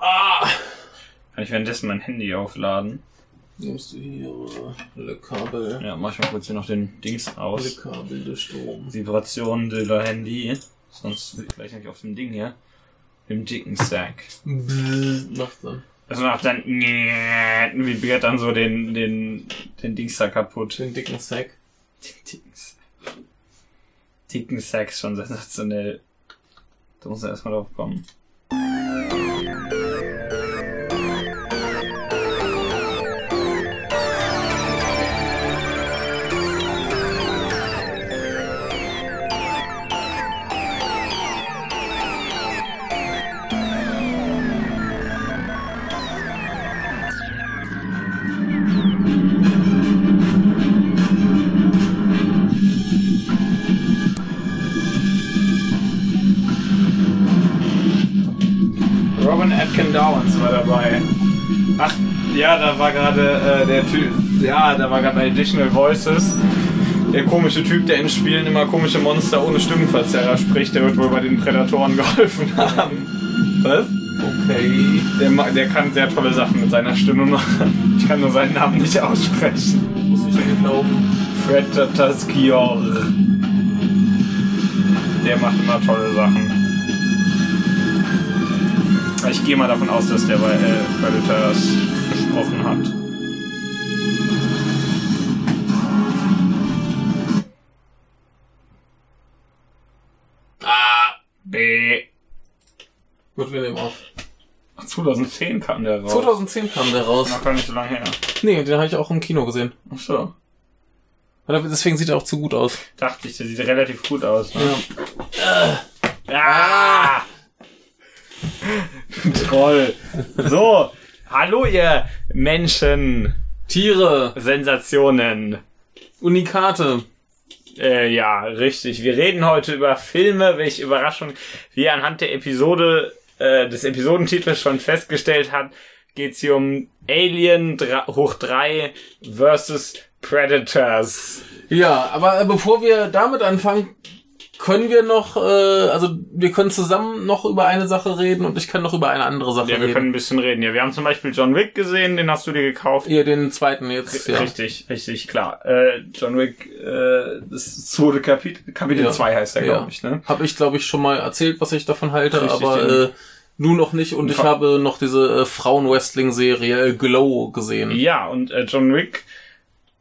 Ah! Kann ich währenddessen mein Handy aufladen? Nimmst du hier äh, Le Kabel, Ja, mach ich mal kurz hier noch den Dings Le aus. Kabel der Strom. Vibration de la Handy. Sonst will ich gleich nicht auf dem Ding hier. Im dicken Sack. Macht dann. Das macht dann vibriert dann so den, den, den Dings da kaputt. Den dicken Sack. Dicken Sack. Dicken Sack ist schon sensationell. Da muss er erstmal drauf kommen. Robin Atkin Downs war dabei. Ach, ja, da war gerade äh, der Typ. Ja, da war gerade bei Additional Voices. Der komische Typ, der in Spielen immer komische Monster ohne Stimmenverzerrer spricht, der wird wohl bei den Prädatoren geholfen haben. Was? Okay. Der, ma- der kann sehr tolle Sachen mit seiner Stimme machen. Ich kann nur seinen Namen nicht aussprechen. Muss ich mir glauben. Fred Taskior. Der macht immer tolle Sachen. Ich gehe mal davon aus, dass der bei äh, Predators gesprochen hat. Ah! B. Gut, wir nehmen auf. 2010 kam der raus. 2010 kam der raus. Noch gar nicht so lange her. Nee, den habe ich auch im Kino gesehen. Achso. Aber Deswegen sieht er auch zu gut aus. Dachte ich, der sieht relativ gut aus. Ne? Ja. Ah! Troll. So. Hallo, ihr Menschen. Tiere, Sensationen. Unikate. Äh, ja, richtig. Wir reden heute über Filme, welche Überraschung wir anhand der Episode, äh, des Episodentitels schon festgestellt hat, geht's hier um Alien dra- hoch 3 versus Predators. Ja, aber äh, bevor wir damit anfangen, können wir noch, äh, also wir können zusammen noch über eine Sache reden und ich kann noch über eine andere Sache Ja, wir reden. können ein bisschen reden. Ja, wir haben zum Beispiel John Wick gesehen, den hast du dir gekauft. Ihr den zweiten jetzt, ja. Richtig, richtig, klar. Äh, John Wick, äh, das zweite Kapitel, Kapitel Ja. 2 heißt er, Ja. glaube ich, ne? Habe ich, glaube ich, schon mal erzählt, was ich davon halte, Richtig, aber ja. äh, nur noch nicht. Und ich Ver- habe noch diese äh, Frauen-Wrestling-Serie äh, Glow gesehen. Ja, und äh, John Wick,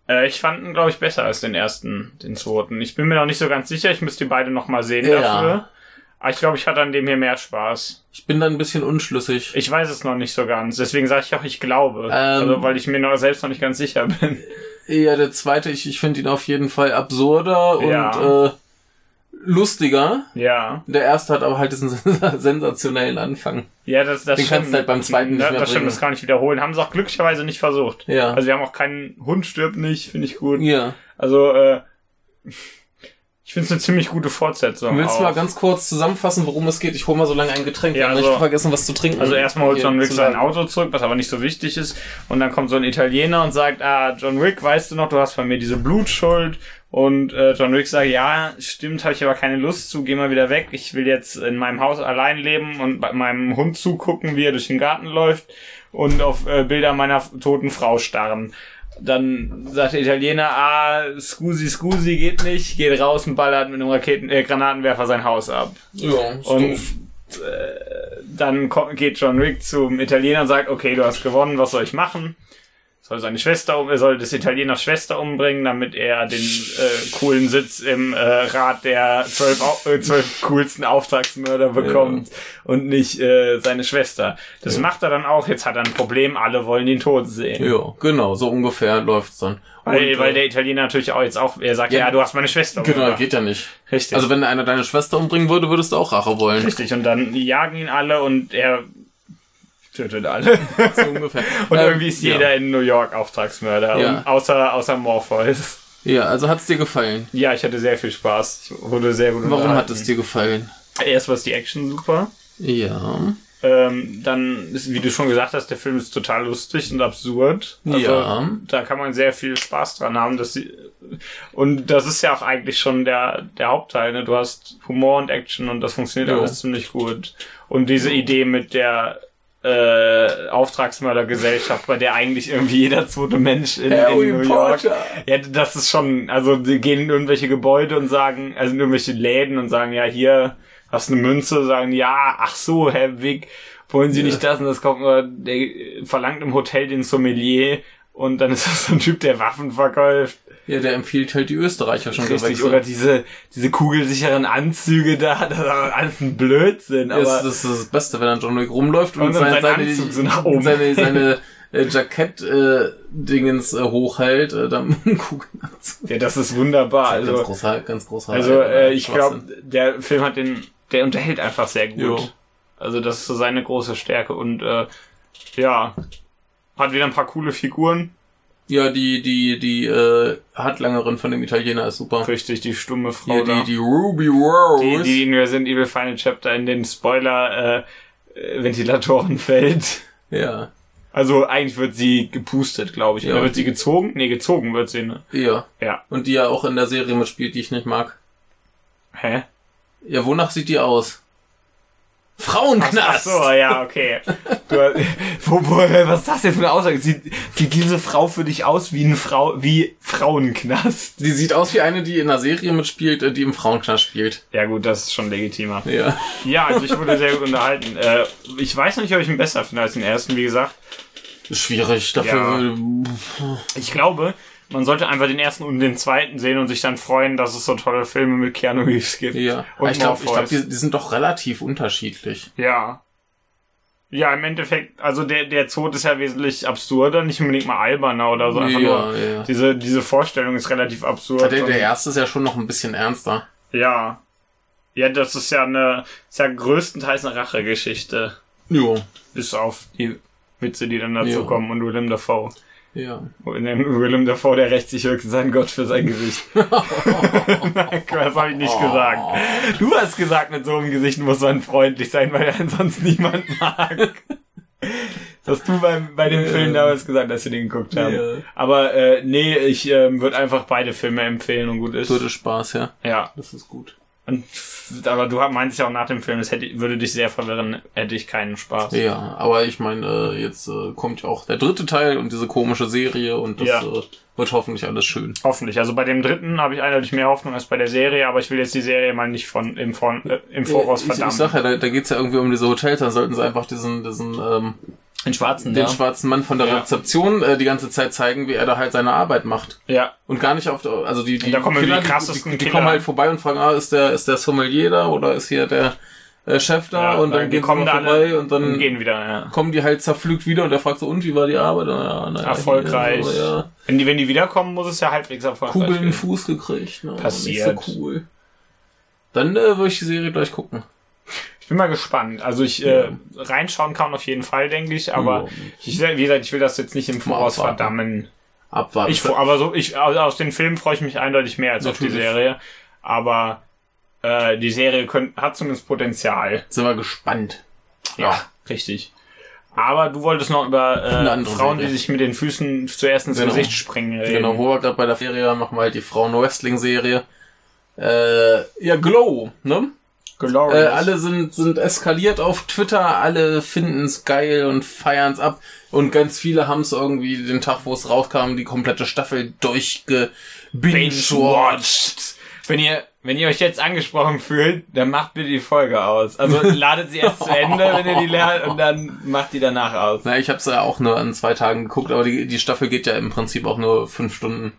äh, ich fand ihn, glaube ich, besser als den ersten, den zweiten. Ich bin mir noch nicht so ganz sicher, ich müsste die beide nochmal sehen Ja. dafür. Aber ich glaube, ich hatte an dem hier mehr Spaß. Ich bin da ein bisschen unschlüssig. Ich weiß es noch nicht so ganz, deswegen sage ich auch, ich Ähm. glaube. also, weil ich mir noch selbst noch nicht ganz sicher bin. Ja, der zweite, ich, ich finde ihn auf jeden Fall absurder Ja. und äh, lustiger. Ja. Der erste hat aber halt diesen sensationellen Anfang. Ja, das, das Den stimmt. kannst du halt beim zweiten nicht das, mehr Das stimmt, bringen. das kann ich wiederholen. Haben sie auch glücklicherweise nicht versucht. Ja. Also wir haben auch keinen Hund stirbt nicht, finde ich gut. Ja. Also, äh, ich finde es eine ziemlich gute Fortsetzung. Willst du mal auch. ganz kurz zusammenfassen, worum es geht? Ich hole mal so lange ein Getränk. Ja, Ja, ich also- hab vergessen, was zu trinken. also erstmal holt Hier John Wick zu sein sagen. Auto zurück, was aber nicht so wichtig ist. Und dann kommt so ein Italiener und sagt, ah, John Wick, weißt du noch, du hast bei mir diese Blutschuld. Und äh, John Wick sagt, ja, stimmt, habe ich aber keine Lust zu, geh mal wieder weg. Ich will jetzt in meinem Haus allein leben und bei meinem Hund zugucken, wie er durch den Garten läuft und auf äh, Bilder meiner f- toten Frau starren. Dann sagt der Italiener, ah, Scusi, Scusi geht nicht, geht raus und ballert mit einem Raketen äh, Granatenwerfer sein Haus ab. Ja, ist Und doof. äh, dann ko- geht John Wick zum Italiener und sagt, okay, du hast gewonnen, was soll ich machen? Soll seine Schwester um, er soll des Italieners Schwester umbringen, damit er den äh, coolen Sitz im äh, Rat der zwölf, Au- äh, zwölf coolsten Auftragsmörder bekommt und nicht äh, seine Schwester. Das macht er dann auch, jetzt hat er ein Problem, alle wollen ihn tot sehen. ja, genau, so ungefähr läuft's dann. Weil, Und, weil äh, der Italiener natürlich auch jetzt auch, er sagt, ja, Ja. du hast meine Schwester genau, umgebracht. geht ja nicht. Richtig. Also wenn einer deine Schwester umbringen würde, würdest du auch Rache wollen. Richtig, und dann jagen ihn alle und er tötet alle. So ungefähr. Und Ähm, irgendwie ist jeder in New York Auftragsmörder, Ja. und außer, außer Morpheus. Ja, ja also hat's dir gefallen. Ja, ich hatte sehr viel Spaß. Ich wurde sehr gut Warum hat es dir gefallen? Erst war es die Action super. Ja. Ähm, dann, ist, wie du schon gesagt hast, der Film ist total lustig und absurd. Also, Ja. Da kann man sehr viel Spaß dran haben. Dass sie, und das ist ja auch eigentlich schon der, der Hauptteil. Ne? Du hast Humor und Action und das funktioniert Jo. alles ziemlich gut. Und diese Idee mit der äh, äh, Auftragsmördergesellschaft, bei der eigentlich irgendwie jeder zweite Mensch in, Harry in New York. Potter. Ja, das ist schon, also die gehen in irgendwelche Gebäude und sagen, also in irgendwelche Läden und sagen, ja, hier hast du eine Münze, sagen, ja, ach so, Herr Wick, wollen Sie nicht das und das kommt, äh, der verlangt im Hotel den Sommelier und dann ist das so ein Typ, der Waffen verkauft. Ja, der empfiehlt halt die Österreicher schon Richtig, gewechselt. oder diese, diese kugelsicheren Anzüge da, das ist alles ein Blödsinn, aber. ist, das ist das Beste, wenn dann John Wick rumläuft und, Und seine, dann sein seine, Anzug so nach oben. seine, seine äh, Jackett-Dingens äh, hochhält, äh, dann gucken. Ja, das ist wunderbar. ganz Also, großer, ganz großer. also äh, ich glaube, Schwachsinn. der Film hat den, der unterhält einfach sehr gut. Jo. Also das ist so seine große Stärke und äh, ja, hat wieder ein paar coole Figuren. Ja, die, die, die äh, Hartlangerin von dem Italiener ist super. Richtig, die stumme Frau Hier, da. die, die Ruby Rose. die, die in Resident Evil Final Chapter in den Spoiler äh, äh, Ventilatoren fällt. Ja, Also eigentlich wird sie gepustet, glaube ich. Ja. Oder wird sie gezogen? Nee, gezogen wird sie, ne? ja. Ja. Und die ja auch in der Serie mitspielt, die ich nicht mag. Hä? Ja, wonach sieht die aus? Ach Frauenknast! so, halt. ja, okay. Du, hast- wo, wo, was ist das denn für eine Aussage? Sieht, sieht diese Frau für dich aus wie ein Frau, wie Frauenknast? Die sieht aus wie eine, die in einer Serie mitspielt, äh, die im Frauenknast spielt. Ja gut, das ist schon legitimer. Ja. Ja, also ich wurde sehr gut unterhalten. Äh, ich weiß nicht, ob ich ihn besser finde als den ersten, wie gesagt. Ist Schwierig, dafür. Ich glaube, man sollte einfach den ersten und den zweiten sehen und sich dann freuen, dass es so tolle Filme mit Keanu Reeves gibt. Ja. Aber Und ich glaube, glaub, Morpheus. die, die sind doch relativ unterschiedlich. Ja. Ja, im Endeffekt, also der, der Tod ist ja wesentlich absurder, nicht unbedingt mal alberner oder so. Also Einfach nur ja, ja. Diese, diese Vorstellung ist relativ absurd. Der, der und- erste ist ja schon noch ein bisschen ernster. ja. Ja, das ist ja eine, ist ja größtenteils eine Rachegeschichte. Jo. Bis auf die Witze, die dann dazu Ja. kommen und Willem Dafoe. Ja. Und dann Willem Dafoe, der rächt sich höchstens an Gott für sein Gesicht. Nein, das habe ich nicht Oh, gesagt. Du hast gesagt, mit so einem Gesicht muss man freundlich sein, weil er sonst niemand mag. Das hast du beim, bei dem Ja. Film damals gesagt, dass wir den geguckt haben. Ja. Aber äh, nee, ich ähm, würde einfach beide Filme empfehlen und gut ist. Würde Spaß, ja. Ja. Das ist gut. Und, f- aber du meinst ja auch nach dem Film, das hätte, würde dich sehr verwirren, hätte ich keinen Spaß. Ja, aber ich meine, äh, jetzt äh, kommt ja auch der dritte Teil und diese komische Serie und das Ja. äh, wird hoffentlich alles schön. Hoffentlich. Also bei dem dritten habe ich eindeutig mehr Hoffnung als bei der Serie, aber ich will jetzt die Serie mal nicht von im, von, äh, im Voraus ich, ich verdammen. sag ja, da, da geht's ja irgendwie um diese Hotels, dann sollten sie einfach diesen, diesen ähm, den schwarzen, den ja. schwarzen Mann von der Ja. Rezeption äh, die ganze Zeit zeigen, wie er da halt seine Arbeit macht. ja. Und gar nicht auf der, also die, die, Und da kommen Killer, die krassesten die, die, die Killer. kommen halt vorbei und fragen, ah, ist der, ist der Sommelier da oder ist hier der äh, Chef da? und dann, gehen sie kommen mal da vorbei alle und dann gehen wieder, ja. kommen die halt zerpflügt wieder und er fragt so, und wie war die Arbeit? Und, ja, naja, Hier, Erfolgreich. so, ja, Wenn die, wenn die wiederkommen, muss es ja halbwegs erfolgreich Kugeln in den gehen. Fuß gekriegt. Ne, Passiert. Nicht so cool. Dann äh, würde ich die Serie gleich gucken. Ich bin mal gespannt. Also ich äh, reinschauen kann man auf jeden Fall, denke ich, aber Ja. ich, wie gesagt, ich will das jetzt nicht im Voraus abwarten. verdammen. Abwarten. Ich, fro- aber so, ich, aus aus den Filmen freue ich mich eindeutig mehr als auf die Natürlich. Serie. Aber äh, die Serie könnt, hat zumindest Potenzial. Sind wir gespannt. Ja, richtig. Aber du wolltest noch über Eine äh, andere Frauen, Serie. die sich mit den Füßen zuerst ins Genau. Gesicht springen. Reden. Genau, wo wir gerade bei der Serie waren, machen wir halt die Frauen-Wrestling-Serie. Äh, ja, Glow, ne? Glorious. Äh, alle sind, sind eskaliert auf Twitter, alle finden's geil und feiern's ab. Und ganz viele haben's irgendwie den Tag, wo es rauskam, die komplette Staffel durchgebingewatcht. binge-watched. Wenn ihr, wenn ihr euch jetzt angesprochen fühlt, dann macht bitte die Folge aus. Also ladet sie erst zu Ende, wenn ihr die lernt, und dann macht die danach aus. Na, ich hab's ja auch nur an zwei Tagen geguckt, aber die, die Staffel geht ja im Prinzip auch nur fünf Stunden.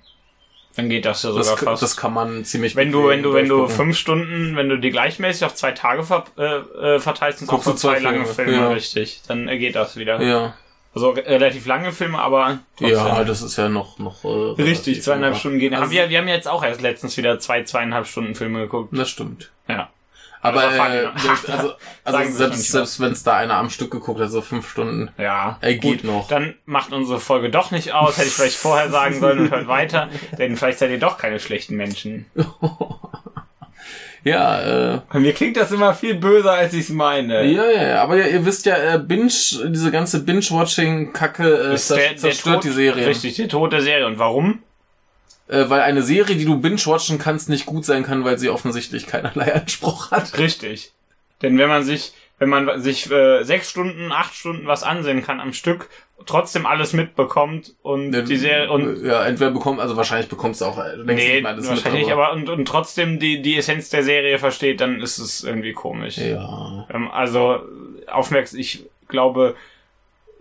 Dann geht das ja sogar Das, fast. das kann man ziemlich wenn du, wenn du, wenn du durchgucken. fünf Stunden, wenn du die gleichmäßig auf zwei Tage ver äh, äh, verteilst, sind auch Guckst du so zwei zwei Filme. lange Filme, Ja. richtig. Dann äh, geht das wieder. Ja, Also re- relativ lange Filme, aber trotzdem. ja, das ist ja noch, noch, äh, Richtig, relativ zweieinhalb einfach. Stunden gehen. Also- Aber wir, wir haben jetzt auch erst letztens wieder zwei, zweieinhalb Stunden Filme geguckt. Das stimmt. Ja. Aber Das war äh, funny. selbst- also, Sagen also Sie schon selbst, nicht selbst wenn es da einer am Stück geguckt hat, so fünf Stunden. Ja. Er geht noch. Dann macht unsere Folge doch nicht aus. Hätte ich vielleicht vorher sagen sollen und hört weiter. Denn vielleicht seid ihr doch keine schlechten Menschen. Ja, äh, Mir klingt das immer viel böser, als ich es meine. ja, ja, ja. aber ja, ihr wisst ja, äh, Binge, diese ganze Binge-Watching-Kacke äh, Das ist der, zer der zerstört Tod, die Serie. Richtig, der Tod der Serie. Und warum? Äh, weil eine Serie, die du binge-watchen kannst, nicht gut sein kann, weil sie offensichtlich keinerlei Anspruch hat. Richtig. Denn wenn man sich wenn man sich äh, sechs Stunden, acht Stunden was ansehen kann am Stück, trotzdem alles mitbekommt und Ja, die Serie und ja, entweder bekommt, also wahrscheinlich bekommst du auch äh, längst nee, nicht mehr alles wahrscheinlich nicht, aber und, und trotzdem die, die Essenz der Serie versteht, dann ist es irgendwie komisch. Ja. Ähm, also aufmerksam, ich glaube,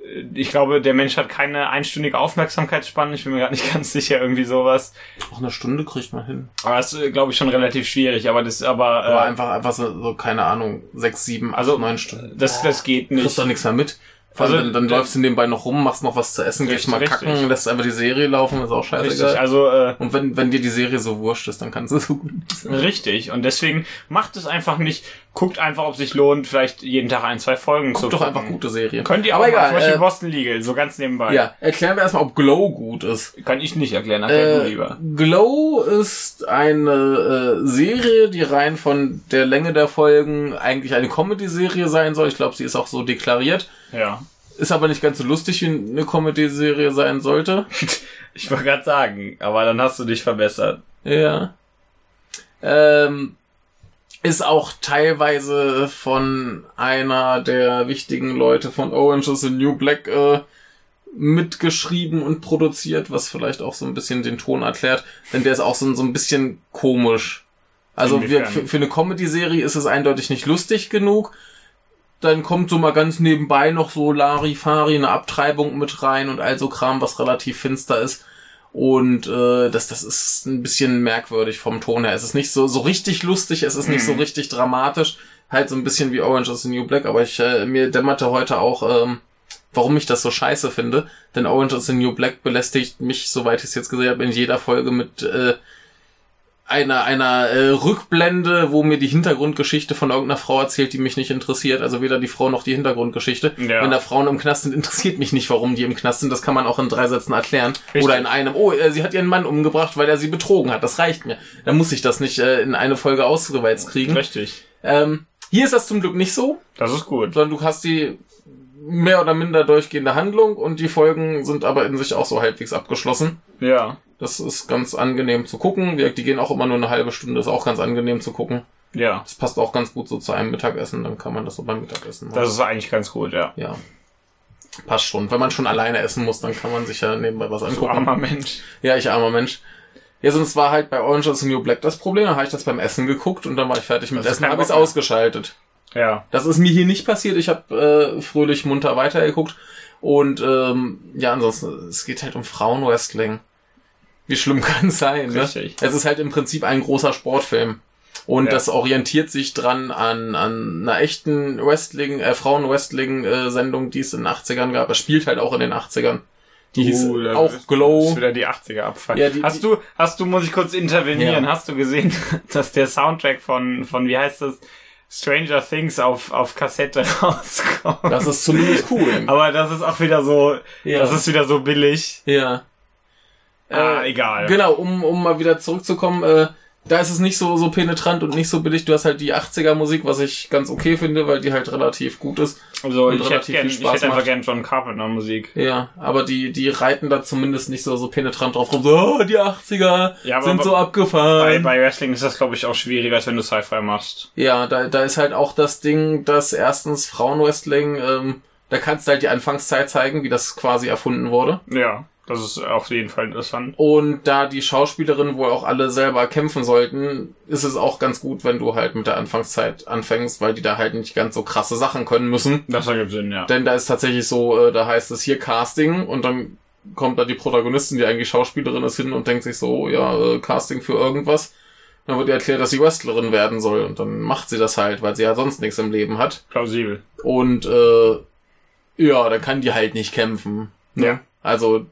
äh, ich glaube, der Mensch hat keine einstündige Aufmerksamkeitsspanne. Ich bin mir gerade nicht ganz sicher, irgendwie sowas. Auch eine Stunde kriegt man hin. Aber das ist, glaube ich, schon relativ schwierig. Aber das, aber, Aber äh, einfach, einfach so, so, keine Ahnung, sechs, sieben, acht, Also, neun Stunden. das, das geht Du kriegst nicht. doch nichts mehr mit. Vor allem, Also, dann, dann der- läufst du nebenbei noch rum, machst noch was zu essen, gehst Richtig, mal richtig. kacken, lässt einfach die Serie laufen, ist auch Richtig. scheißegal. Also äh, Und wenn, wenn dir die Serie so wurscht ist, dann kannst du so gut. richtig. Und deswegen macht es einfach nicht. Guckt einfach, ob sich lohnt, vielleicht jeden Tag ein, zwei Folgen zu Guck doch gucken. einfach gute Serien. Könnt ihr Aber auch mal, egal, zum Beispiel äh, Boston Legal, so ganz nebenbei. Ja, erklären wir erstmal, ob Glow gut ist. Kann ich nicht erklären, erklär du Äh, lieber. Glow ist eine äh, Serie, die rein von der Länge der Folgen eigentlich eine Comedy-Serie sein soll. Ich glaube, sie ist auch so deklariert. Ja. Ist aber nicht ganz so lustig, wie eine Comedy-Serie sein sollte. Ich wollte gerade sagen, aber dann hast du dich verbessert. Ja. Ähm, ist auch teilweise von einer der wichtigen Leute von Orange is the New Black äh, mitgeschrieben und produziert, was vielleicht auch so ein bisschen den Ton erklärt, denn der ist auch so, ein- so ein bisschen komisch. Also wir, Inwiefern? für, für eine Comedy-Serie ist es eindeutig nicht lustig genug. Dann kommt so mal ganz nebenbei noch so Larifari, eine Abtreibung mit rein und all so Kram, was relativ finster ist. Und äh, das, das ist ein bisschen merkwürdig vom Ton her. Es ist nicht so, so richtig lustig, es ist nicht so Mhm. richtig dramatisch. Halt so ein bisschen wie Orange is the New Black, aber ich äh, mir dämmerte heute auch, ähm, warum ich das so scheiße finde. Denn Orange is the New Black belästigt mich, soweit ich es jetzt gesehen habe, in jeder Folge mit äh, einer, einer äh, Rückblende, wo mir die Hintergrundgeschichte von irgendeiner Frau erzählt, die mich nicht interessiert. Also weder die Frau noch die Hintergrundgeschichte. Ja. Wenn da Frauen im Knast sind, interessiert mich nicht, warum die im Knast sind. Das kann man auch in drei Sätzen erklären. Oder in einem, oh, äh, sie hat ihren Mann umgebracht, weil er sie betrogen hat. Das reicht mir. Dann muss ich das nicht äh, in eine Folge ausgeweizt kriegen. Richtig. Ähm, hier ist das zum Glück nicht so, Das ist gut. sondern du hast die mehr oder minder durchgehende Handlung und die Folgen sind aber in sich auch so halbwegs abgeschlossen. Ja. Das ist ganz angenehm zu gucken. Die die gehen auch immer nur eine halbe Stunde, ist auch ganz angenehm zu gucken. Ja. Das passt auch ganz gut so zu einem Mittagessen, dann kann man das so beim Mittagessen machen. Das ist eigentlich ganz gut, ja. ja. Passt schon. Wenn man schon alleine essen muss, dann kann man sich ja nebenbei was Du angucken. armer Mensch. Ja, ich armer Mensch. Ja, sonst war halt bei Orange is the New Black das Problem. Dann habe ich das beim Essen geguckt und dann war ich fertig mit Das ist Essen, kein habe ich es Bock mehr. ausgeschaltet. Ja. Das ist mir hier nicht passiert. Ich habe äh, fröhlich munter weitergeguckt. Und ähm, ja, ansonsten, es geht halt um Frauenwrestling. Wie schlimm kann es sein, ne? Richtig. Es ist halt im Prinzip ein großer Sportfilm. Und Ja. das orientiert sich dran an, an einer echten Wrestling, äh, Frauen-Wrestling-Sendung, die es in den 80ern gab. Es spielt halt auch in den 80ern. Die hieß Uh, da auch ist- Glow. Ist wieder die 80er abfallen. Ja, die- die- hast du, hast du, muss ich kurz intervenieren, Ja. hast du gesehen, dass der Soundtrack von, von wie heißt das, Stranger Things auf, auf Kassette rauskommt? Das ist zumindest cool. aber das ist auch wieder so, Ja. das ist wieder so billig. ja. ah, Äh, egal. Genau, um, um mal wieder zurückzukommen, äh, da ist es nicht so, so penetrant und nicht so billig. Du hast halt die 80er Musik, was ich ganz okay finde, weil die halt relativ gut ist. Also, Und ich hätte, relativ gern, viel ich Spaß hätte einfach macht. gern John Carpenter Musik. Ja, aber die, die reiten da zumindest nicht so, so penetrant drauf rum. So, oh, die 80er Ja, aber sind bei- so Bei, abgefahren. bei Wrestling ist das, glaube ich, auch schwieriger, als wenn du Sci-Fi machst. Ja, da, da ist halt auch das Ding, dass erstens Frauenwrestling, ähm, da kannst du halt die Anfangszeit zeigen, wie das quasi erfunden wurde. Ja, das ist auf jeden Fall interessant. Und da die Schauspielerinnen wohl auch alle selber kämpfen sollten, ist es auch ganz gut, wenn du halt mit der Anfangszeit anfängst, weil die da halt nicht ganz so krasse Sachen können müssen. Das ergibt Sinn, ja. Denn da ist tatsächlich so, äh, da heißt es hier Casting und dann kommt da die Protagonistin, die eigentlich Schauspielerin ist, hin und denkt sich so, ja, äh, Casting für irgendwas. Dann wird ihr erklärt, dass sie Wrestlerin werden soll und dann macht sie das halt, weil sie ja sonst nichts im Leben hat. Plausibel. Und äh, ja, dann kann die halt nicht kämpfen. ne? Ja. Also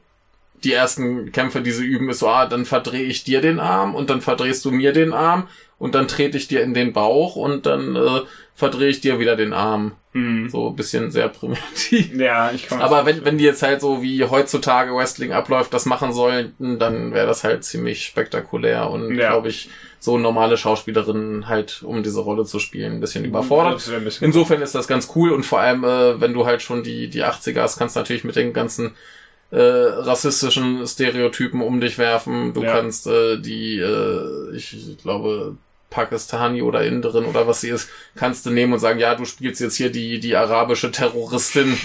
die ersten Kämpfe, die sie üben, ist so, ah, dann verdrehe ich dir den Arm und dann verdrehst du mir den Arm und dann trete ich dir in den Bauch und dann äh, verdrehe ich dir wieder den Arm. Hm. So ein bisschen sehr primitiv. Ja, ich kann Aber wenn, wenn die jetzt halt so wie heutzutage Wrestling abläuft, das machen sollten, dann wäre das halt ziemlich spektakulär und Ja. glaube ich, so normale Schauspielerinnen halt, um diese Rolle zu spielen, ein bisschen überfordert. Das wär ein bisschen Insofern ist das ganz cool und vor allem, äh, wenn du halt schon die, die 80er hast, kannst du natürlich mit den ganzen äh, rassistischen Stereotypen um dich werfen. Du Ja. kannst äh, die, äh, ich glaube, Pakistani oder Inderin oder was sie ist, kannst du nehmen und sagen, ja, du spielst jetzt hier die, die arabische Terroristin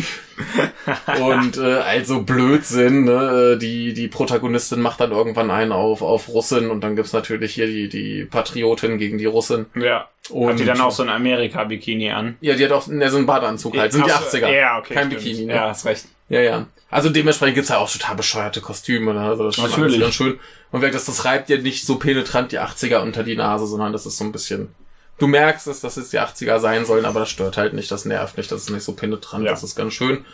und äh, also Blödsinn, ne? Die, die Protagonistin macht dann irgendwann einen auf, auf Russin und dann gibt's natürlich hier die, die Patriotin gegen die Russin. Ja. Und Hat die dann auch so ein Amerika-Bikini an? Ja, die hat auch ne, so einen Badeanzug halt, sind die Ach so, 80er. Ja, okay. Kein stimmt. Bikini, ne? Ja, hast recht. Ja, ja. Also dementsprechend gibt's ja auch total bescheuerte Kostüme. Ne? Also das ist schon Natürlich. alles ganz schön. Und merkt, das, das reibt dir nicht so penetrant die 80er unter die Nase, sondern das ist so ein bisschen. Du merkst es, dass es die 80er sein sollen, aber das stört halt nicht, das nervt nicht, das ist nicht so penetrant, Ja. das ist ganz schön.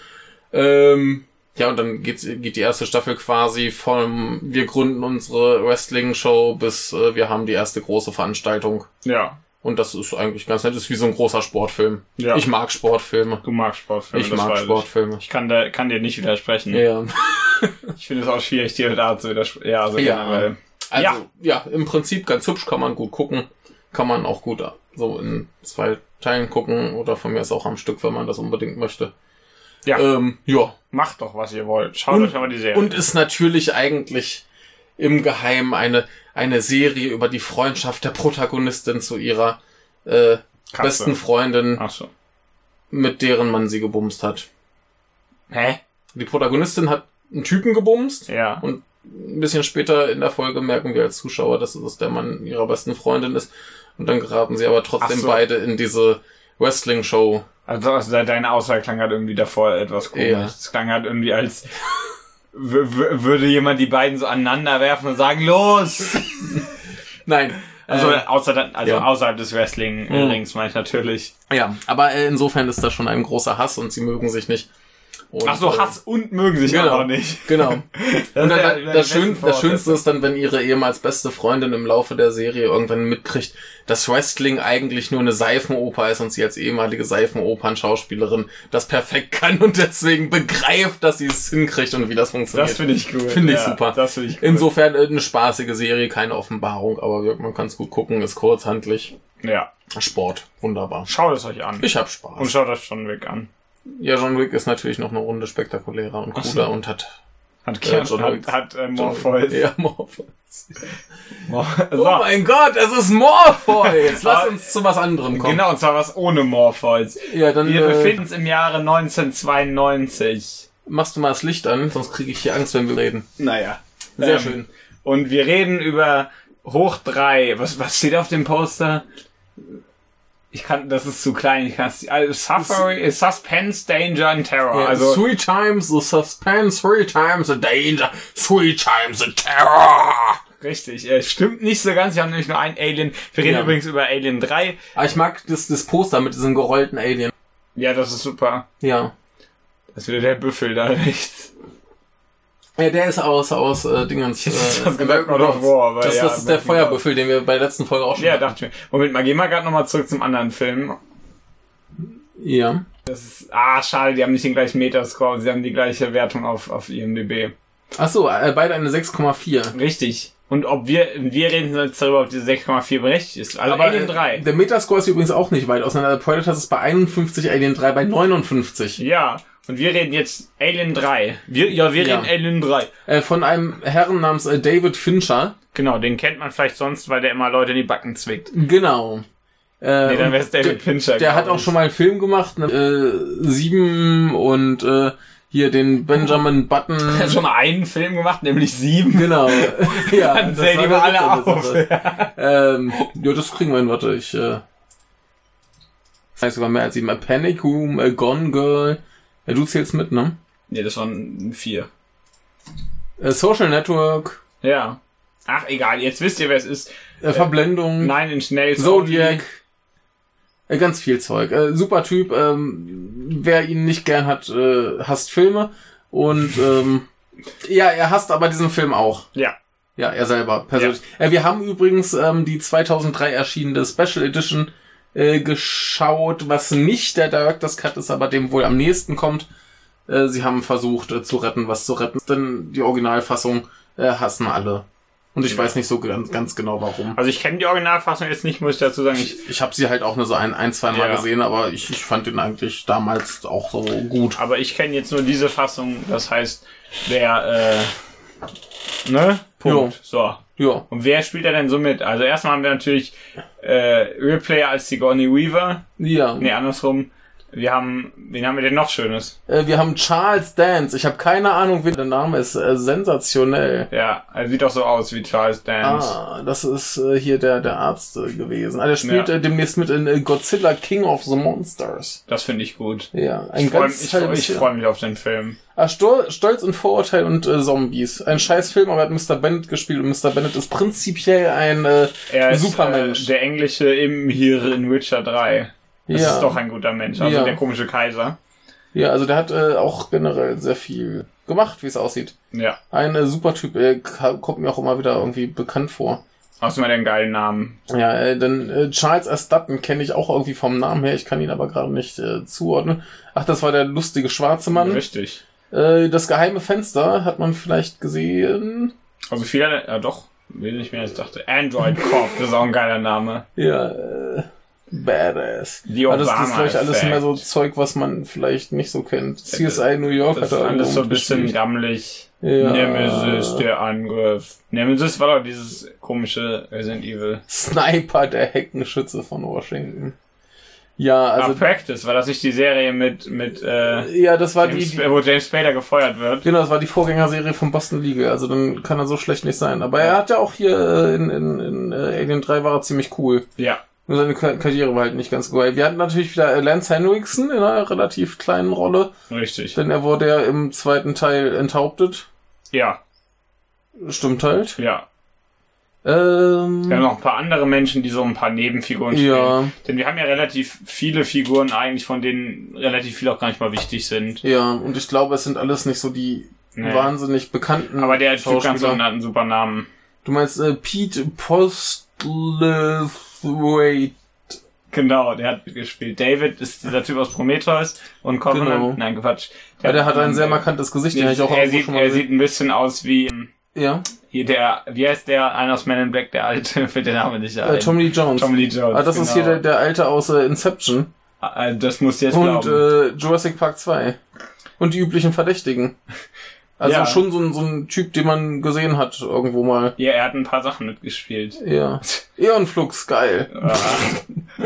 Ähm, ja, und dann geht's, geht die erste Staffel quasi vom Wir gründen unsere Wrestling-Show bis äh, wir haben die erste große Veranstaltung. Ja. Und das ist eigentlich ganz nett, ist wie so ein großer Sportfilm. Ja. Ich mag Sportfilme. Du magst Sportfilme. ich Also das Hm. mag weiß Sportfilme. Ich kann, da, kann dir nicht widersprechen. Ja. Ich finde es auch schwierig, dir da zu widersprechen. Ja, also Ja. generell. Also, ja. im Prinzip ganz hübsch, kann man gut gucken. Kann man auch gut so in zwei Teilen gucken oder von mir ist auch am Stück, wenn man das unbedingt möchte. Ja. Ähm, ja. Macht doch, was ihr wollt. Schaut Und- euch aber die Serie Und ist natürlich eigentlich im Geheimen eine, eine Serie über die Freundschaft der Protagonistin zu ihrer äh, Katze. Ah. besten Freundin, Ach so. mit deren man sie gebumst hat. Hä? Die Protagonistin hat einen Typen gebumst. Ja. Und ein bisschen später in der Folge merken wir als Zuschauer, dass es der Mann ihrer besten Freundin ist. Und dann geraten sie aber trotzdem Ach so. beide in diese Wrestling-Show. Also, also deine Aussage klang halt irgendwie davor etwas komisch. Ja. Es klang halt irgendwie als w- w- würde jemand die beiden so aneinander werfen und sagen, los! Nein. Also, äh, außer dann, also ja. Hm. außerhalb des Wrestling-Rings meine ich natürlich. ja, aber äh, insofern ist das schon ein großer Hass und sie mögen sich nicht. Und, Ach so, äh, Hass und mögen sich genau. auch noch nicht. Genau. Das Und ist ja dann, eine das, der Schön, besten das Schönste ist dann, wenn ihre ehemals beste Freundin im Laufe der Serie irgendwann mitkriegt, dass Wrestling eigentlich nur eine Seifenoper ist und sie als ehemalige Seifenopern-Schauspielerin das perfekt kann und deswegen begreift, dass sie es hinkriegt und wie das funktioniert. Das finde ich gut. Finde ich super. Das finde ich gut. Insofern äh, eine spaßige Serie, keine Offenbarung, aber wir- man kann es gut gucken, ist kurzhandlich. ja. Sport, wunderbar. Schaut es euch an. Ich hab Und Spaß. schaut euch John Wick an. Ja, John Wick ist natürlich noch eine Runde spektakulärer und so. cooler und hat Hat, Ja, Keanu, John hat, Wick. hat äh, Morpheus. Ja, Morpheus. Mor- Oh so. mein Gott, es ist Morpheus. Lass Aber- uns zu was anderem kommen. Genau, und zwar was ohne Morpheus. Ja, dann Wir äh, befinden uns im Jahre 1992. machst du mal das Licht an, sonst kriege ich hier Angst, wenn wir reden. Naja. Sehr Ähm, schön. Und wir reden über Hoch 3. Was, was steht auf dem Poster? Ich kann, das ist zu klein. Ich kann es, also Suffering, Suspense, Danger and Terror. Ja, also, Äh, three times the suspense, three times the danger, three times the terror. richtig. Äh, stimmt nicht so ganz. Wir haben nämlich nur einen Alien. Wir reden Ja. übrigens über Alien 3. Aber Ah, ich mag das, das Poster mit diesem gerollten Alien. Ja, das ist super. Ja. Das ist wieder der Büffel da rechts. Ja, der ist aus, aus äh, Dingens. Äh, Das ist gesagt, God of War, aber das, ja, das ist der American Feuerbüffel, den wir bei der letzten Folge auch schon Ja, dachte ich mir. Moment mal, gehen wir gerade nochmal zurück zum anderen Film. Ja. Ah, schade, die haben nicht den gleichen Metascore, aber sie haben die gleiche Wertung auf, auf IMDb. Achso, äh, beide eine 6,4. Richtig. Und ob wir, wir reden jetzt darüber, ob diese 6,4 berechtigt ist. Also Alien äh, 3. Der Metascore ist übrigens auch nicht weit auseinander. Predators ist bei 51, Alien 3 bei 59. Ja. Und wir reden jetzt Alien 3. Wir, ja, wir Ja. reden Alien 3. Äh, von einem Herrn namens äh, David Fincher. Genau, den kennt man vielleicht sonst, weil der immer Leute in die Backen zwickt. Genau. Äh, Nee, dann und wär's genau David der- Fincher, Der glaub hat auch ich. schon mal einen Film gemacht, ne, äh, sieben und äh, hier den Benjamin Button. Er hat schon mal einen Film gemacht, nämlich sieben. Genau. ja, Dann zählen die war mal alle der letzte, auf. das war- ähm, ja, das kriegen wir hin, warte, ich, äh, das heißt sogar mehr als sieben. A Panic Room, A Gone Girl, ja, du zählst mit, ne? Nee, das waren vier. A Social Network, Ja. Ach, egal, jetzt wisst ihr, wer es ist. äh, Verblendung, Nein, in Schnell. Zodiac, äh, ganz viel Zeug. Äh, super Typ, ähm, wer ihn nicht gern hat, äh, hasst Filme und, ähm, ja, er hasst aber diesen Film auch. Ja. Ja, er selber persönlich. Äh, wir haben übrigens ähm, die 2003 erschienene Special Edition äh, geschaut, was nicht der Director's Cut ist, aber dem wohl am nächsten kommt. Äh, sie haben versucht äh, zu retten, was zu retten. Denn die Originalfassung äh, hassen alle. Und ich Ja. weiß nicht so ganz, ganz genau warum. Also ich kenne die Originalfassung jetzt nicht, muss ich dazu sagen. Ich, Ich, ich habe sie halt auch nur so ein, ein zwei Mal Ja. gesehen, aber ich, ich fand den eigentlich damals auch so gut. aber ich kenne jetzt nur diese Fassung. Das heißt, der, äh, ne? Punkt. Jo. So. Ja. Und wer spielt da denn so mit? Also erstmal haben wir natürlich äh, Ripley als Sigourney Weaver. Ja. Nee, andersrum. Wir haben, wen haben wir denn noch Schönes? Äh, wir haben Charles Dance. Ich habe keine Ahnung, wie der Name ist. Äh, sensationell. Ja, er sieht doch so aus wie Charles Dance. Ah, das ist äh, hier der, der Arzt äh, gewesen. Ah, der spielt äh, demnächst mit in äh, Godzilla King of the Monsters. Das finde ich gut. Ja, ein Ich freue ganz ich, freu, halbes ich Jahr. freu mich auf den Film. Ah, Stol Stolz und Vorurteil und äh, Zombies. Ein scheiß Film, aber er hat Mr. Bennett gespielt und Mr. Bennett ist prinzipiell ein äh, Er ist Supermensch. Äh, der Englische im hier in Witcher 3. Das ja. ist doch ein guter Mensch. Also Ja. der komische Kaiser. ja, also der hat äh, auch generell sehr viel gemacht, wie es aussieht. Ja. Ein äh, super Typ, äh, ka- kommt mir auch immer wieder irgendwie bekannt vor. Außerdem hat er einen geilen Namen. Ja, äh, dann äh, Charles S. Dutton kenne ich auch irgendwie vom Namen her, ich kann ihn aber gerade nicht äh, zuordnen. Ach, das war der lustige schwarze Mann. Richtig. Äh, das geheime Fenster hat man vielleicht gesehen. Also viele, ja doch, will nicht mehr, als ich dachte. Android Corp, das ist auch ein geiler Name. Ja, äh, badass. The Aber das das ist, glaube ich, alles Obama-Effekt. mehr so Zeug, was man vielleicht nicht so kennt. Ja, CSI New York Das hat ist da alles so ein irgendwo bisschen gespielt. gammelig. Ja. Nemesis, der Angriff. Nemesis war doch dieses komische Resident Evil. Sniper, der Heckenschütze von Washington. Ja, Also, also. ah, Practice, war das nicht die Serie mit, mit äh, ja, das war die, James, die. wo James Spader gefeuert wird? Genau, das war die Vorgängerserie von Boston Legal, also dann kann er so schlecht nicht sein. Aber er hat ja auch hier äh, in, in, in äh, Alien 3 war er ziemlich cool. Ja. Nur seine Ka- Karriere war halt nicht ganz geil. Wir hatten natürlich wieder äh, Lance Henriksen in einer relativ kleinen Rolle, Richtig. denn er wurde ja im zweiten Teil enthauptet. Ja, Stimmt halt. ja. Ähm, Wir haben noch ein paar andere Menschen, die so ein paar Nebenfiguren spielen. ja, Denn wir haben ja relativ viele Figuren eigentlich, von denen relativ viele auch gar nicht mal wichtig sind. ja, und ich glaube, es sind alles nicht so die Nee. wahnsinnig bekannten Aber der Typ ganz unten Schauspieler. hat einen super Namen. Du meinst äh, Pete Postlethwaite. Genau, der hat gespielt. David ist dieser Typ aus Prometheus und Covenant. Genau. Nein, Quatsch. äh, Ja, der hat ein sehr markantes Gesicht, den hab ich auch er irgendwo sieht, schon mal er gesehen. sieht ein bisschen aus wie ähm, Ja, hier der, wie heißt der, einer aus Men in Black, der alte, fällt der Name nicht ein. äh, Tom Lee Jones. Tom Lee Jones. ah, das ist hier der, genau. der alte aus äh, Inception Ah, Das musst du jetzt und äh, glauben. Jurassic Park 2 und die üblichen Verdächtigen. Also Ja. schon so ein, so ein Typ, den man gesehen hat irgendwo mal. ja, er hat ein paar Sachen mitgespielt. Ja. Eon Flux, geil. Ah.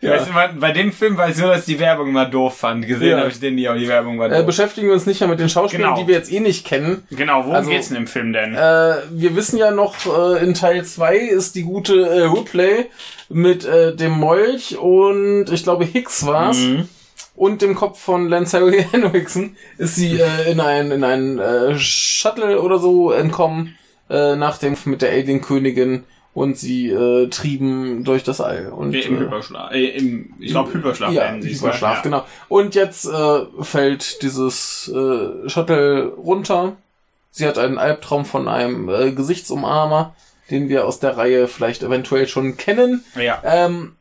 Ja. Weißt du, bei- bei dem Film weiß ich nur, dass ich die Werbung immer doof fand. Gesehen Ja. habe ich den nie, aber die Werbung war Äh, doof. beschäftigen wir uns nicht mehr mit den Schauspielern, Genau. die wir jetzt eh nicht kennen. genau, worum also- geht's denn im Film denn? Äh, wir wissen ja noch, äh, in Teil 2 ist die gute äh, Ripley mit äh, dem Molch und ich glaube Hicks war's Mhm. und dem Kopf von Lance Harry Henriksen ist sie äh, in ein, in ein äh, Shuttle oder so entkommen äh, nach dem Kampf mit der Alien-Königin und sie äh, trieben durch das All. Und, Wie Im äh, Hyperschlaf. Äh, im, ich glaube, Hyperschlaf ja, nennen sie es, ne? Überschlaf, ja. genau. Und jetzt äh, fällt dieses äh, Shuttle runter. Sie hat einen Albtraum von einem äh, Gesichtsumarmer, den wir aus der Reihe vielleicht eventuell schon kennen. Ja. Ähm,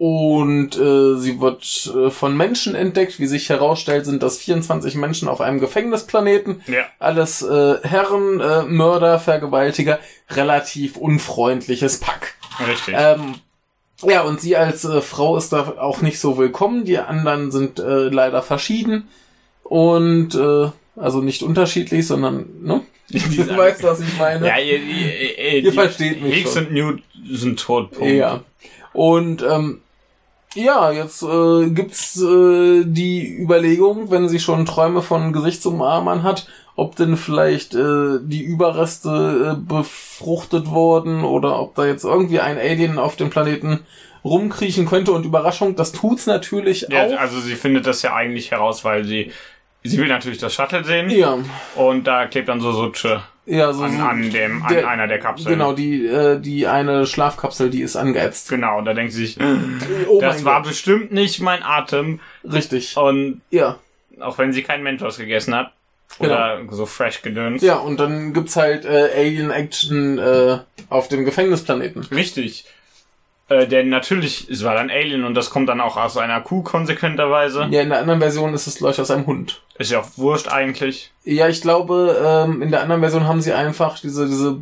und äh, sie wird äh, von Menschen entdeckt. Wie sich herausstellt, sind das 24 Menschen auf einem Gefängnisplaneten. Ja. Alles äh, Herren, äh, Mörder, Vergewaltiger, relativ unfreundliches Pack. Richtig. Ähm, ja, und sie als äh, Frau ist da auch nicht so willkommen. Die anderen sind äh, leider verschieden und äh, also nicht unterschiedlich, sondern, ne? Die Du sagen- weißt, was ich meine. ja, ihr, ihr, ihr, Ihr versteht mich Hicks schon. und Newt sind tot. Punkt. Ja. Und ähm, ja, jetzt äh, gibt's äh, die Überlegung, wenn sie schon Träume von Gesichtsumarmern hat, ob denn vielleicht äh, die Überreste äh, befruchtet wurden oder ob da jetzt irgendwie ein Alien auf dem Planeten rumkriechen könnte und Überraschung, das tut's natürlich Ja, auch. also sie findet das ja eigentlich heraus, weil sie sie will natürlich das Shuttle sehen Ja, und da klebt dann so Sutsche ja, so an, an dem an der- einer der Kapseln. genau die äh, die eine Schlafkapsel, die ist angeheizt. Genau, und da denkt sie sich, Oh das mein war Gott. bestimmt nicht mein Atem richtig. und Ja. auch wenn sie keinen Mentos gegessen hat Genau. oder so fresh gedöns. Ja, und dann gibt's halt äh, Alien Action äh, auf dem Gefängnisplaneten. Richtig. Äh, denn natürlich, es war dann Alien und das kommt dann auch aus einer Kuh konsequenterweise. Ja, in der anderen Version ist es glaube ich aus einem Hund. Ist ja auch wurscht eigentlich. Ja, ich glaube, ähm, in der anderen Version haben sie einfach diese, diese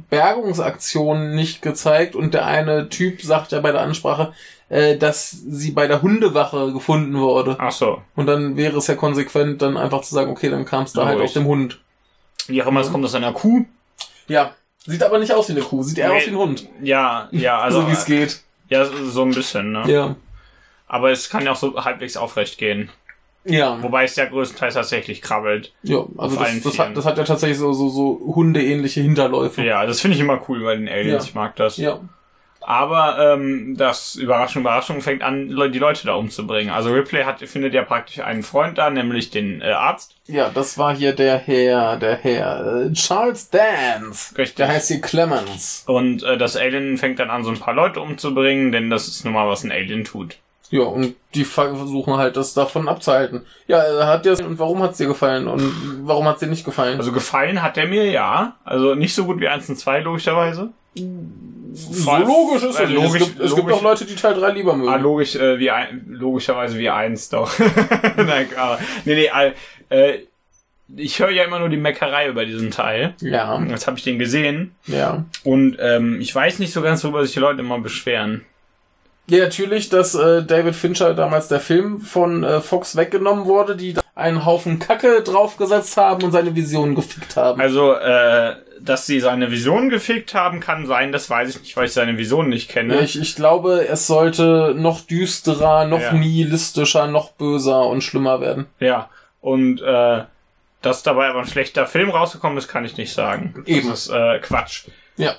Bergungsaktion nicht gezeigt und der eine Typ sagt ja bei der Ansprache, äh, dass sie bei der Hundewache gefunden wurde. Ach so. Und dann wäre es ja konsequent, dann einfach zu sagen, okay, dann kam's da halt Logisch. auf dem Hund. Wie auch immer, es kommt aus einer Kuh. Ja, Sieht aber nicht aus wie eine Kuh, sieht eher Nee. aus wie ein Hund. Ja, ja, also. so wie es geht. Ja, so so ein bisschen, ne? äh, Ja. Aber es kann ja auch so halbwegs aufrecht gehen. Ja. Wobei es ja größtenteils tatsächlich krabbelt. Ja, also das, allen das, hat, Vieren. das hat ja tatsächlich so, so, so hundeähnliche Hinterläufe. Ja, das finde ich immer cool bei den Aliens. Ja. Ich mag das. ja. Aber ähm, das Überraschung, Überraschung fängt an, Le- die Leute da umzubringen. Also Ripley hat, findet ja praktisch einen Freund da, nämlich den äh, Arzt. Ja, das war hier der Herr, der Herr äh, Charles Dance. Richtig. Der heißt hier Clemens. Und äh, das Alien fängt dann an, so ein paar Leute umzubringen, denn das ist nun mal, was ein Alien tut. Ja, und die versuchen halt, das davon abzuhalten. Ja, äh, hat dir und warum hat's dir gefallen und warum hat's dir nicht gefallen? Also gefallen hat der mir ja. Also nicht so gut wie 1 und 2, logischerweise. so logisch ist äh, das. logisch- es gibt, es gibt logisch- auch Leute, die Teil 3 lieber mögen. Ah, logisch, äh, wie ein, logischerweise wie eins doch. Nein, aber, nee, nee, all- äh, ich höre ja immer nur die Meckerei über diesen Teil. Ja, Jetzt habe ich den gesehen. ja. Und ähm, ich weiß nicht so ganz, worüber sich die Leute immer beschweren. Ja, natürlich, dass äh, David Fincher damals der Film von äh, Fox weggenommen wurde, die da einen Haufen Kacke draufgesetzt haben und seine Vision gefickt haben. Also, äh, dass sie seine Vision gefickt haben, kann sein, das weiß ich nicht, weil ich seine Vision nicht ja, kenne. ich, ich glaube, es sollte noch düsterer, noch Ja. nihilistischer, noch böser und schlimmer werden. ja. Und äh, dass dabei aber ein schlechter Film rausgekommen ist, kann ich nicht sagen. Eben. Das ist äh, Quatsch. Ja.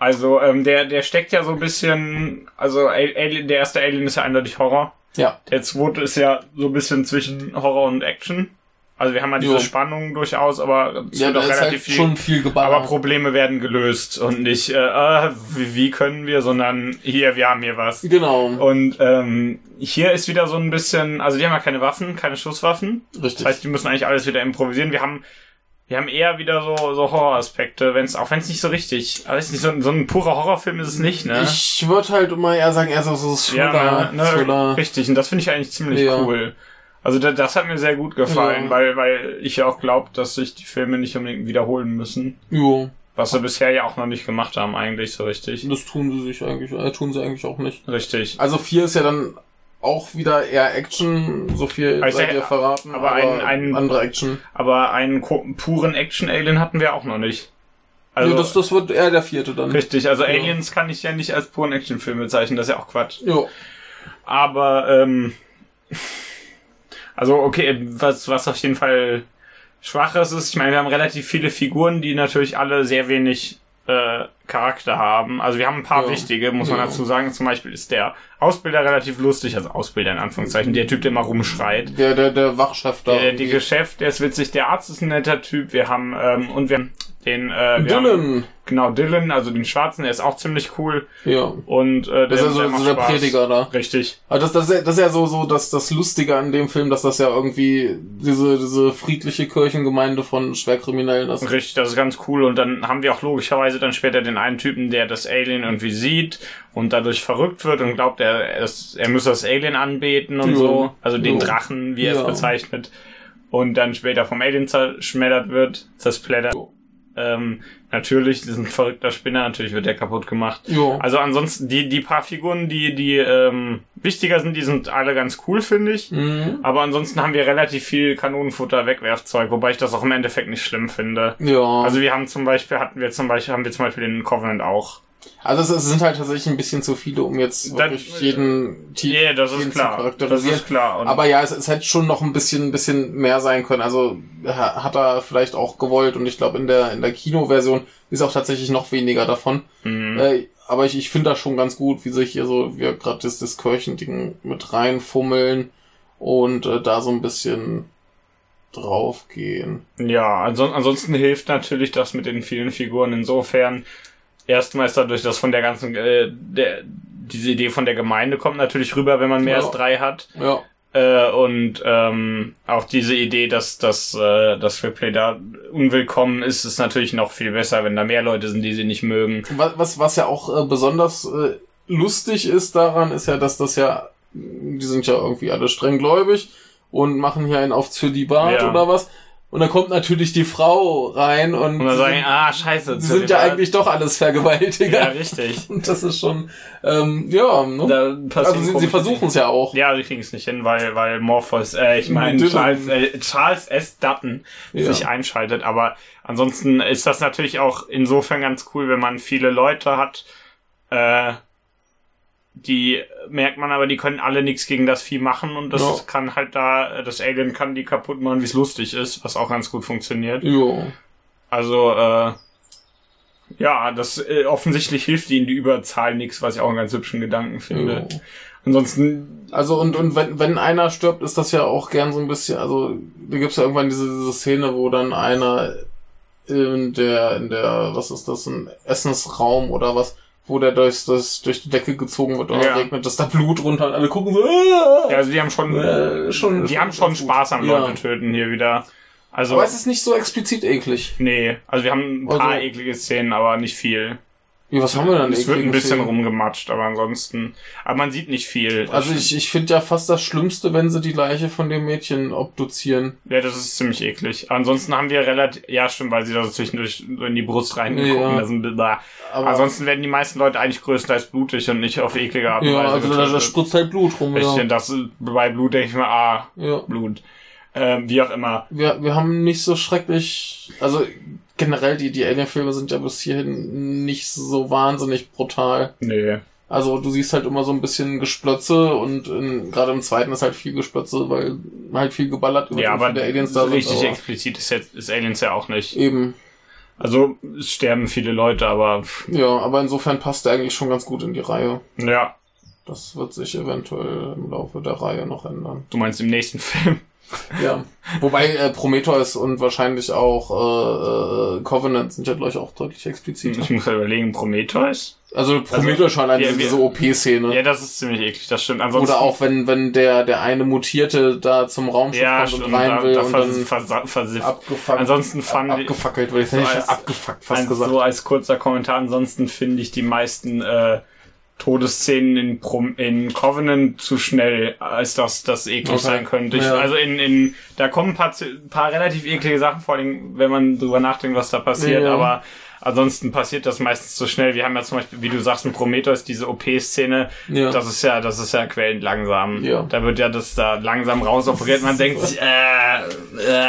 Also, ähm, der, der steckt ja so ein bisschen, also Al- Alien, der erste Alien ist ja eindeutig Horror. Ja. Der zweite ist ja so ein bisschen zwischen Horror und Action. Also wir haben ja diese Jo. Spannung durchaus, aber es Ja, wird da auch ist relativ halt viel. schon viel geballert. Aber Probleme werden gelöst und nicht, äh, äh, wie, wie können wir, sondern hier, wir haben hier was. genau, Und ähm, hier ist wieder so ein bisschen, also die haben ja keine Waffen, keine Schusswaffen. richtig. Das heißt, die müssen eigentlich alles wieder improvisieren. Wir haben, wir haben eher wieder so, so Horroraspekte, wenn's, auch wenn es nicht so richtig, aber es ist nicht so, ein- so ein purer Horrorfilm ist es nicht, ne? ich würde halt immer eher sagen, eher so, so Thriller, ja, ne, ne, Thriller. richtig. Und das finde ich eigentlich ziemlich Ja. cool. Also da, das hat mir sehr gut gefallen, Ja. weil, weil ich ja auch glaube, dass sich die Filme nicht unbedingt wiederholen müssen. Jo, Was sie bisher ja auch noch nicht gemacht haben, eigentlich so richtig. das tun sie sich eigentlich, äh, tun sie eigentlich auch nicht. Richtig. Also 4 ist ja dann auch wieder eher Action, so viel Also seid ja, ihr verraten, aber ein- ein- andere Action. Aber einen ko- puren Action-Alien hatten wir auch noch nicht. Also, ja, das, das wird eher der vierte dann. richtig. Also Ja. Aliens kann ich ja nicht als puren Action-Film bezeichnen, das ist ja auch Quatsch. Jo. Aber, ähm, also okay, was, was auf jeden Fall Schwaches ist, ich meine, wir haben relativ viele Figuren, die natürlich alle sehr wenig äh, Charakter haben. Also wir haben ein paar Ja. wichtige, muss man Ja. dazu sagen. Zum Beispiel ist der Ausbilder relativ lustig, also Ausbilder in Anführungszeichen, der Typ, der immer rumschreit. Der, der, der Wachchef da. Der, der dicke Chef, der ist witzig. Der Arzt ist ein netter Typ. Wir haben, ähm, und wir haben den, äh, wir Haben, Dylan. genau, Dylan, also den Schwarzen, der ist auch ziemlich cool. Ja. Und, äh, der, Das ist ja so, der macht so der Spaß. Prediger da. Richtig. Aber das, das, ist ja- das ist ja so, so das, das Lustige an dem Film, dass das ja irgendwie diese, diese friedliche Kirchengemeinde von Schwerkriminellen ist. Richtig, das ist ganz cool. Und dann haben wir auch logischerweise dann später den einen Typen, der das Alien irgendwie sieht und dadurch verrückt wird und glaubt, er, er, ist, er müsse das Alien anbeten und Jo. so. Also den Jo. Drachen, wie er es Ja. bezeichnet. Und dann später vom Alien zerschmettert wird, zersplättert. Jo. Ähm, natürlich, das ist ein verrückter Spinner, natürlich wird der kaputt gemacht. Jo. Also ansonsten, die, die paar Figuren, die, die ähm, wichtiger sind, die sind alle ganz cool, finde ich. Mhm. Aber ansonsten haben wir relativ viel Kanonenfutter, Wegwerfzeug, wobei ich das auch im Endeffekt nicht schlimm finde. Ja. Also wir haben zum Beispiel, hatten wir zum Beispiel, haben wir zum Beispiel den Covenant auch. Also es, es sind halt tatsächlich ein bisschen zu viele, um jetzt Dann- wirklich jeden tief Ja, yeah, das jeden ist zu klar. Das charakterisieren. ist klar. Und Aber ja, es, es hätte schon noch ein bisschen, ein bisschen mehr sein können. Also ha- hat er vielleicht auch gewollt und ich glaube in der in der Kinoversion ist auch tatsächlich noch weniger davon. mh, Äh, aber ich, ich finde das schon ganz gut, wie sich hier so wir gerade das, das Kirchending mit reinfummeln und äh, da so ein bisschen draufgehen. ja, anson ansonsten hilft natürlich das mit den vielen Figuren insofern. Erstmal ist dadurch, dass von der ganzen, äh, der, diese Idee von der Gemeinde kommt natürlich rüber, wenn man mehr Ja. als drei hat. Ja, Äh, und ähm, auch diese Idee, dass, dass, äh, dass Ripley da unwillkommen ist, ist natürlich noch viel besser, wenn da mehr Leute sind, die sie nicht mögen. was was, was ja auch äh, besonders äh, lustig ist daran, ist ja, dass das ja die sind ja irgendwie alle streng gläubig und machen hier einen auf Zölibat Ja. oder was. Und dann kommt natürlich die Frau rein und, Und dann sagen, ah, scheiße. die zu sind dem ja Ar- eigentlich doch alles Ja, Vergewaltiger. richtig. Und das ist schon, ähm, ja, ne? Da passieren also sie, sie komische versuchen es ja auch. Ja, sie kriegen es nicht hin, weil, weil Morpheus, äh, ich meine Dutton. Charles, äh, Charles S. Dutton Ja. sich einschaltet. Aber ansonsten ist das natürlich auch insofern ganz cool, wenn man viele Leute hat, äh, die merkt man aber, die können alle nichts gegen das Vieh machen und das Ja. kann halt da, das Alien kann die kaputt machen, wie es lustig ist, was auch ganz gut funktioniert. Jo. Also, äh, ja, das äh, offensichtlich hilft ihnen die Überzahl nichts, was ich auch einen ganz hübschen Gedanken finde. jo. Ansonsten Also und, und wenn, wenn einer stirbt, ist das ja auch gern so ein bisschen, also da gibt's ja irgendwann diese, diese Szene, wo dann einer in der, in der, was ist das, ein Essensraum oder was, wo der durchs, das, durch die Decke gezogen wird oder Ja. regnet, dass da Blut runter und alle gucken so, "Ah!" Ja, also die haben schon, Äh, schon- die haben schon ganz gut. Spaß am Ja. Leute töten hier wieder. Also, Aber es ist nicht so explizit eklig. nee, also wir haben ein paar Also- eklige Szenen, aber nicht viel. Ja, was haben wir dann? Es wird ein ekligen bisschen Szenen? rumgematscht, aber ansonsten, aber man sieht nicht viel. Das Also stimmt. ich, ich finde ja fast das Schlimmste, wenn sie die Leiche von dem Mädchen obduzieren. ja, das ist ziemlich eklig. Ansonsten haben wir relativ, ja, stimmt, weil sie da so zwischendurch so in die Brust reingucken, Ja. das ist ein bisschen, bah. Aber Ansonsten werden die meisten Leute eigentlich größtenteils blutig und nicht auf eklige Art und ja, Weise. also da, da getötet. spritzt halt Blut rum. ich Ja. finde, das, bei Blut denke ich mir, ah, ja. Blut. Ähm, wie auch immer. wir, wir haben nicht so schrecklich, also generell die, die Alien-Filme sind ja bis hierhin nicht so wahnsinnig brutal. Nee. Also du siehst halt immer so ein bisschen Gesplötze und in- gerade im zweiten ist halt viel Gesplötze, weil halt viel geballert wird Ja, und aber viele Aliens da richtig sind. aber explizit ist, jetzt, ist Aliens ja auch nicht. Eben, Also es sterben viele Leute, aber pff, ja, aber insofern passt er eigentlich schon ganz gut in die Reihe. ja, Das wird sich eventuell im Laufe der Reihe noch ändern. du meinst im nächsten Film. Ja. Wobei äh, Prometheus und wahrscheinlich auch äh, äh, Covenant sind ja, glaube ich, auch deutlich expliziter. Ich muss ja überlegen, Prometheus? Also Prometheus schon allein ja, diese, wir- diese OP-Szene. Ja, das ist ziemlich eklig, das stimmt. Ansonsten, Oder auch wenn, wenn der, der eine Mutierte da zum Raumschiff ja, kommt stimmt, und rein da, will da und vers dann vers versifft. abgefuckt, Ansonsten fand ich, abgefackelt, würde ich sagen. So Ich als- hab abgefuckt fast als, gesagt. so als kurzer Kommentar, ansonsten finde ich die meisten äh, Todesszenen in, Prom in Covenant zu schnell, als dass das eklig Okay. sein könnte. Ich, Ja. Also in, in da kommen ein paar, zu- paar relativ eklige Sachen, vor allem wenn man drüber nachdenkt, was da passiert, Ja. aber ansonsten passiert das meistens zu schnell. Wir haben ja zum Beispiel, wie du sagst, in Prometheus diese OP-Szene, Ja. das ist ja, das ist ja quälend langsam. Ja. Da wird ja das da langsam rausoperiert, man denkt sich, äh, äh,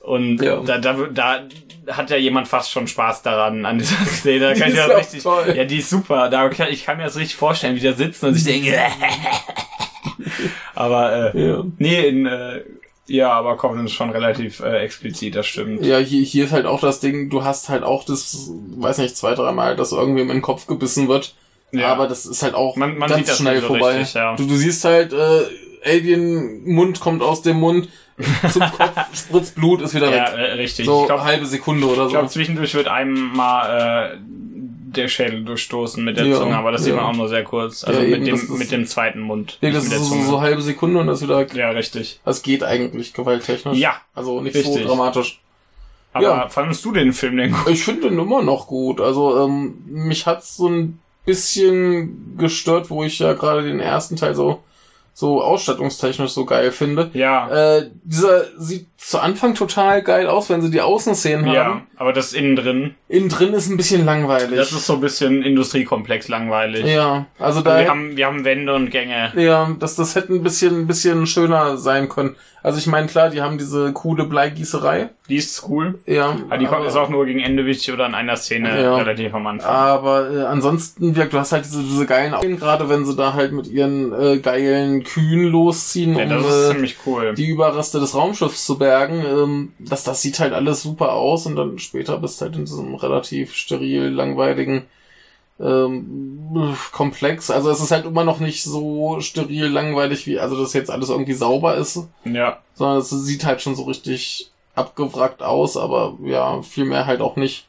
und Ja. da, da, wird- da hat ja jemand fast schon Spaß daran, an dieser Szene. Da Die kann ich ist das ja auch richtig, toll. ja, die ist super. Da kann, ich kann mir das richtig vorstellen, wie die da sitzen und sich denken. aber, äh, ja. nee, in, äh, ja, aber Covenant ist schon relativ äh, explizit, das stimmt. Ja, hier, hier ist halt auch das Ding, du hast halt auch das, weiß nicht, zwei, dreimal, dass irgendwem in den Kopf gebissen wird. Ja. Aber das ist halt auch Man- man ganz sieht das schnell nicht so vorbei. richtig, ja. du, du siehst halt, äh, Alien, Mund kommt aus dem Mund, zum Kopf spritzt Blut, ist wieder Ja, weg. äh, richtig. So ich glaube, halbe Sekunde oder so. glaub, zwischendurch wird einem mal äh, der Schädel durchstoßen mit der Ja, Zunge, aber das sieht ja. man auch nur sehr kurz. Also Ja, mit, eben, das dem, ist- mit dem zweiten Mund. Nee, nicht das mit ist der so, Zunge. so halbe Sekunde und das ist wieder weg. ja, richtig. Das geht eigentlich gewalttechnisch. Ja, Also nicht richtig. so dramatisch. Aber Ja. fandest du den Film denn gut? Ich finde den immer noch gut. Also ähm, mich hat's so ein bisschen gestört, wo ich ja gerade den ersten Teil so, so ausstattungstechnisch so geil finde. Ja. Äh, dieser sieht zu Anfang total geil aus, wenn sie die Außenszenen Ja, Ähm, haben. aber das innen drin, Innen drin ist ein bisschen langweilig. das ist so ein bisschen Industriekomplex langweilig. ja, also da Wir haben, wir haben Wände und Gänge. Ja, das, das hätte ein bisschen, ein bisschen schöner sein können. Also ich meine, klar, die haben diese coole Bleigießerei. Die ist cool. Ja, Aber Ah, die kommt- ist auch nur gegen Ende wichtig oder in einer Szene Ja. relativ am Anfang. aber äh, ansonsten, wie gesagt, du hast halt diese, diese geilen Augen, gerade wenn sie da halt mit ihren äh, geilen Kühen losziehen, ja, das um ist äh, ziemlich cool. die Überreste des Raumschiffs zu bergen. Ähm, das, das sieht halt alles super aus und dann später bist du halt in diesem relativ steril, langweiligen ähm, Komplex. Also es ist halt immer noch nicht so steril, langweilig, wie, also dass jetzt alles irgendwie sauber ist. Ja, sondern es sieht halt schon so richtig abgewrackt aus, aber ja, viel mehr halt auch nicht.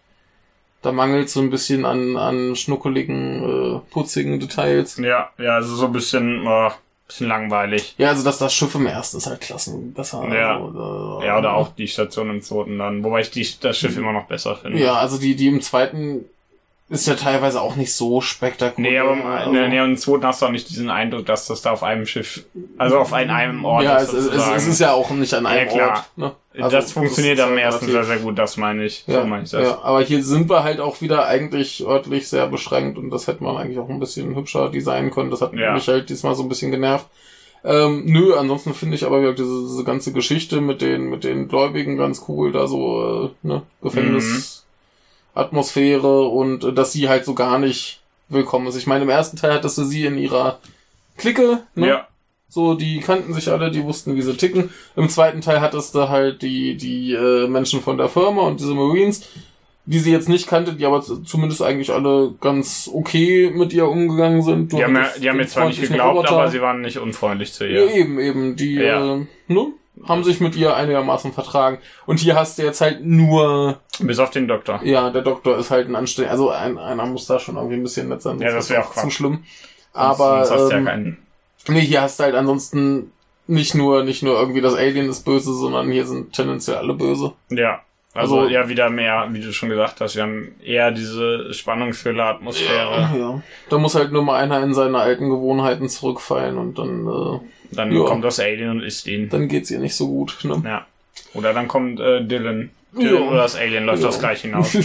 Da mangelt so ein bisschen an, an schnuckeligen, äh, putzigen Details. ja, ja, es ist so ein bisschen, äh, bisschen langweilig. Ja, also dass das Schiff im ersten ist halt klassen besser. Ja. Also, äh, Ja, oder auch die Station im zweiten dann. Wobei ich die, das Schiff immer noch besser finde. Ja, also die, die im zweiten ist ja teilweise auch nicht so spektakulär. Nee, aber nee, nee, und im zweiten hast du auch nicht diesen Eindruck, dass das da auf einem Schiff, also auf einem, einem Ort ja, ist. es, es, es, sozusagen. es ist ja auch nicht an einem Ja, klar. Ort. Ne? Also, das funktioniert ist am ja ersten sehr, relativ- sehr gut, das meine ich. Ja, so meine ich das. ja, aber hier sind wir halt auch wieder eigentlich örtlich sehr beschränkt und das hätte man eigentlich auch ein bisschen hübscher designen können. Das hat Ja. mich halt diesmal so ein bisschen genervt. Ähm, nö, ansonsten finde ich aber wie gesagt, diese, diese ganze Geschichte mit den mit den Gläubigen ganz cool, da so äh, ne, Gefängnisatmosphäre Mhm. und äh, dass sie halt so gar nicht willkommen ist. Ich meine, im ersten Teil hattest du sie in ihrer Clique, ne? Ja, So, die kannten sich alle, die wussten, wie sie ticken. Im zweiten Teil hattest du halt die, die äh, Menschen von der Firma und diese Marines, die sie jetzt nicht kannte, die aber z- zumindest eigentlich alle ganz okay mit ihr umgegangen sind. Du die haben, ja, hattest die haben den mir zwar nicht freundlichen geglaubt, Roboter. aber sie waren nicht unfreundlich zu Ja, ihr. eben, eben. Die Ja. äh, ne, haben sich mit ihr einigermaßen vertragen. Und hier hast du jetzt halt nur... Bis auf den Doktor. Ja, der Doktor ist halt ein Anständiger. Also ein, einer muss da schon irgendwie ein bisschen nett sein. Ja, sonst das wär ist auch zu Quatsch. schlimm. Sonst- Aber... sonst hast du ja ähm, keinen. Nee, hier hast du halt ansonsten nicht nur, nicht nur irgendwie das Alien ist böse, sondern hier sind tendenziell alle böse. Ja. Also, also- ja, wieder mehr, wie du schon gesagt hast, wir haben eher diese spannungsfülle Atmosphäre. Ja. Da muss halt nur mal einer in seine alten Gewohnheiten zurückfallen und dann, äh, Dann Ja. kommt das Alien und isst ihn. dann geht's ihr nicht so gut. Ne? Ja. Oder dann kommt äh, Dylan. Dylan Ja. oder das Alien läuft Ja. genau. das gleich hinaus.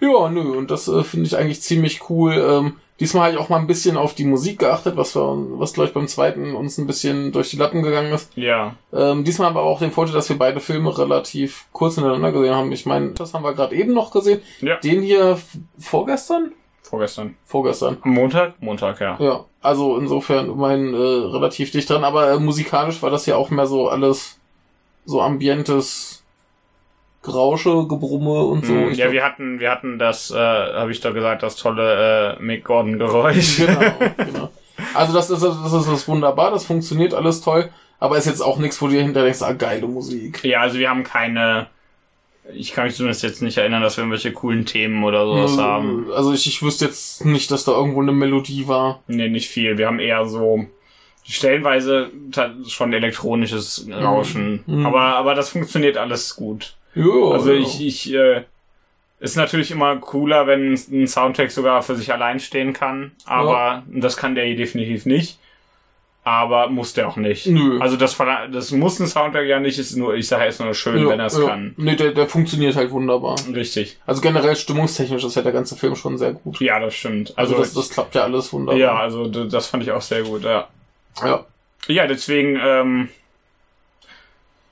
Ja, nö, und das äh, finde ich eigentlich ziemlich cool. Ähm, diesmal habe ich auch mal ein bisschen auf die Musik geachtet, was wir, was gleich beim zweiten uns ein bisschen durch die Lappen gegangen ist. ja. Ähm, diesmal haben wir aber auch den Vorteil, dass wir beide Filme relativ kurz hintereinander gesehen haben. Ich meine, das haben wir gerade eben noch gesehen. Ja. Den hier f- vorgestern? Vorgestern. Vorgestern. Am Montag? Montag, ja. Ja, also insofern immerhin äh, relativ dicht dran, aber äh, musikalisch war das ja auch mehr so alles so ambientes Grausche, Gebrumme und so. Mhm. Ich ja, glaub- wir hatten, wir hatten das, äh, habe ich doch gesagt, das tolle äh, Mick Gordon Geräusch. genau, genau. Also das ist, das ist das ist wunderbar, das funktioniert alles toll, aber ist jetzt auch nichts, wo du dir hinterher denkst, ah, geile Musik. ja, also wir haben keine. Ich kann mich zumindest jetzt nicht erinnern, dass wir irgendwelche coolen Themen oder sowas haben. Also ich, ich wüsste jetzt nicht, dass da irgendwo eine Melodie war. Nee, nicht viel. Wir haben eher so stellenweise ta- schon elektronisches Rauschen. Mhm. Aber, aber das funktioniert alles gut. Jo, also ja. genau. ich, ich, äh, ist natürlich immer cooler, wenn ein Soundtrack sogar für sich allein stehen kann. Aber das kann der hier definitiv nicht. Aber muss der auch nicht. Nö. Also das, verla- das muss ein Soundtrack ja nicht, ist nur, ich sage jetzt nur schön, Ja, wenn er es ja. kann. Nee, der, der funktioniert halt wunderbar. Richtig. Also generell stimmungstechnisch ist ja der ganze Film schon sehr gut. Ja, das stimmt. Also, Also, das, das klappt ja alles wunderbar. ja, also d- das fand ich auch sehr gut, ja. ja. Ja, deswegen, ähm,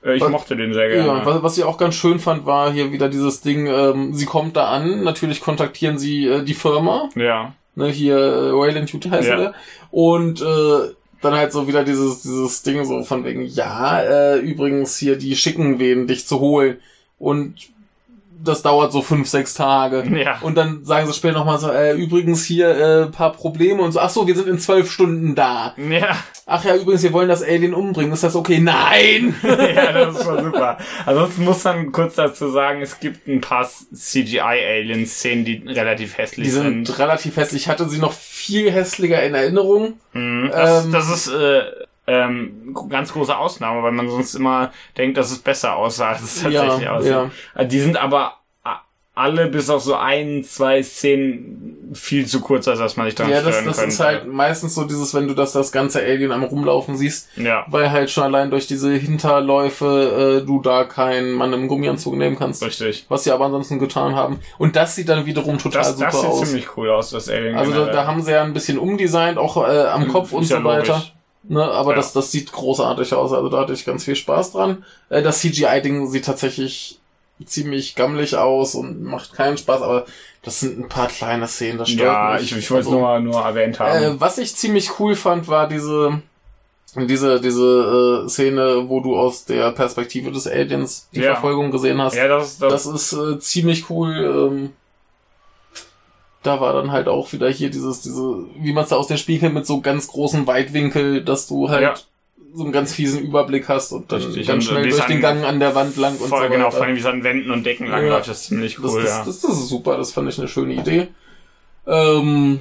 äh, ich Was- mochte den sehr gerne. Ja, was, was ich auch ganz schön fand, war hier wieder dieses Ding, ähm, sie kommt da an, natürlich kontaktieren sie äh, die Firma, ja. ne, hier äh, Wayland Hute heißt Ja. er, und äh, dann halt so wieder dieses, dieses Ding so von wegen, ja, äh, übrigens hier, die schicken wen, dich zu holen und das dauert so fünf, sechs Tage. Ja. Und dann sagen sie später nochmal so, äh, übrigens hier äh, paar Probleme und so, ach so, wir sind in zwölf Stunden da. Ja, Ach ja, übrigens, wir wollen das Alien umbringen, ist das okay? Nein! ja, das ist schon super. Ansonsten muss man kurz dazu sagen, es gibt ein paar CGI-Alien-Szenen, die relativ hässlich Die sind. sind relativ hässlich. Ich hatte sie noch viel hässlicher in Erinnerung. Mhm, Das, Ähm, das ist äh, ähm, ganz große Ausnahme, weil man sonst immer denkt, dass es besser aussah, als es tatsächlich ja, aussieht. ja. Äh, Die sind aber a- alle bis auf so ein, zwei Szenen viel zu kurz, als dass man sich daran Ja, das, stören das könnte. ist halt meistens so dieses, wenn du das, das ganze Alien am Rumlaufen siehst, ja, weil halt schon allein durch diese Hinterläufe äh, du da keinen Mann im Gummianzug nehmen kannst. richtig. Was sie aber ansonsten getan haben. Und das sieht dann wiederum total Das, super das sieht aus. ziemlich cool aus, das Alien. also da, generell. Mhm. da haben sie ja ein bisschen umdesignt, auch äh, am Kopf und Ist ja so weiter. logisch. Ne, aber Ja. das, das sieht großartig aus, also da hatte ich ganz viel Spaß dran. Äh, das CGI-Ding sieht tatsächlich ziemlich gammelig aus und macht keinen Spaß, aber das sind ein paar kleine Szenen, das stört Ja, mich. ich, ich wollte es Also, nur, nur erwähnt haben. Äh, was ich ziemlich cool fand, war diese, diese, diese äh, Szene, wo du aus der Perspektive des Aliens die Ja. Verfolgung gesehen hast. ja, das, das, Das ist äh, ziemlich cool. Ähm, da war dann halt auch wieder hier dieses, diese, wie man es da aus den Spiegeln mit so ganz großen Weitwinkel, dass du halt Ja. so einen ganz fiesen Überblick hast und dann Richtig, ganz und schnell wie es durch den an- Gang an der Wand lang und so voll, weiter. genau, vor allem wie es an Wänden und Decken Ja. langläuft, das ist ziemlich das, cool, ja. das, das, das ist super, das fand ich eine schöne Idee. Ähm,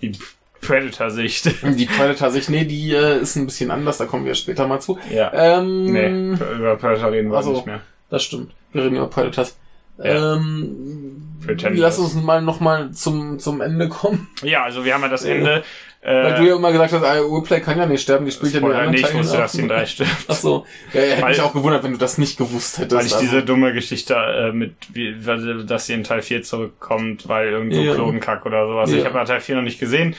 Die Predator-Sicht. die Predator sich, nee, die äh, ist ein bisschen anders, da kommen wir später mal zu. ja. Ähm, Nee, über Predator reden wir also- nicht mehr. Das stimmt. Wir reden über Predators. Ja. Ähm, Pretenders. Lass uns mal nochmal zum, zum Ende kommen. Ja, also wir haben ja das Ende. Äh, Weil du ja immer gesagt hast, ah, Urplay kann ja nicht sterben, die spielt ja nur Spoiler, anderen nee, ich Teilen wusste, ab. dass sie in drei stirbt. Ach so. Ja, ja, hätte Weil- mich auch gewundert, wenn du das nicht gewusst hättest. Weil ich Also, diese dumme Geschichte äh, mit, wie, weil- dass sie in Teil 4 zurückkommt, weil irgend so Ja. Klonkack oder sowas. Ja. Ich habe ja Teil 4 noch nicht gesehen,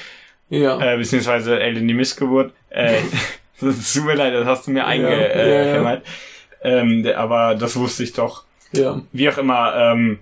ja. äh, beziehungsweise Alien die Missgeburt. Äh, das tut mir leid, das hast du mir eingehämmert. ja, ja. Äh, hämmert. ähm, aber das wusste ich doch. ja. Wie auch immer, ähm,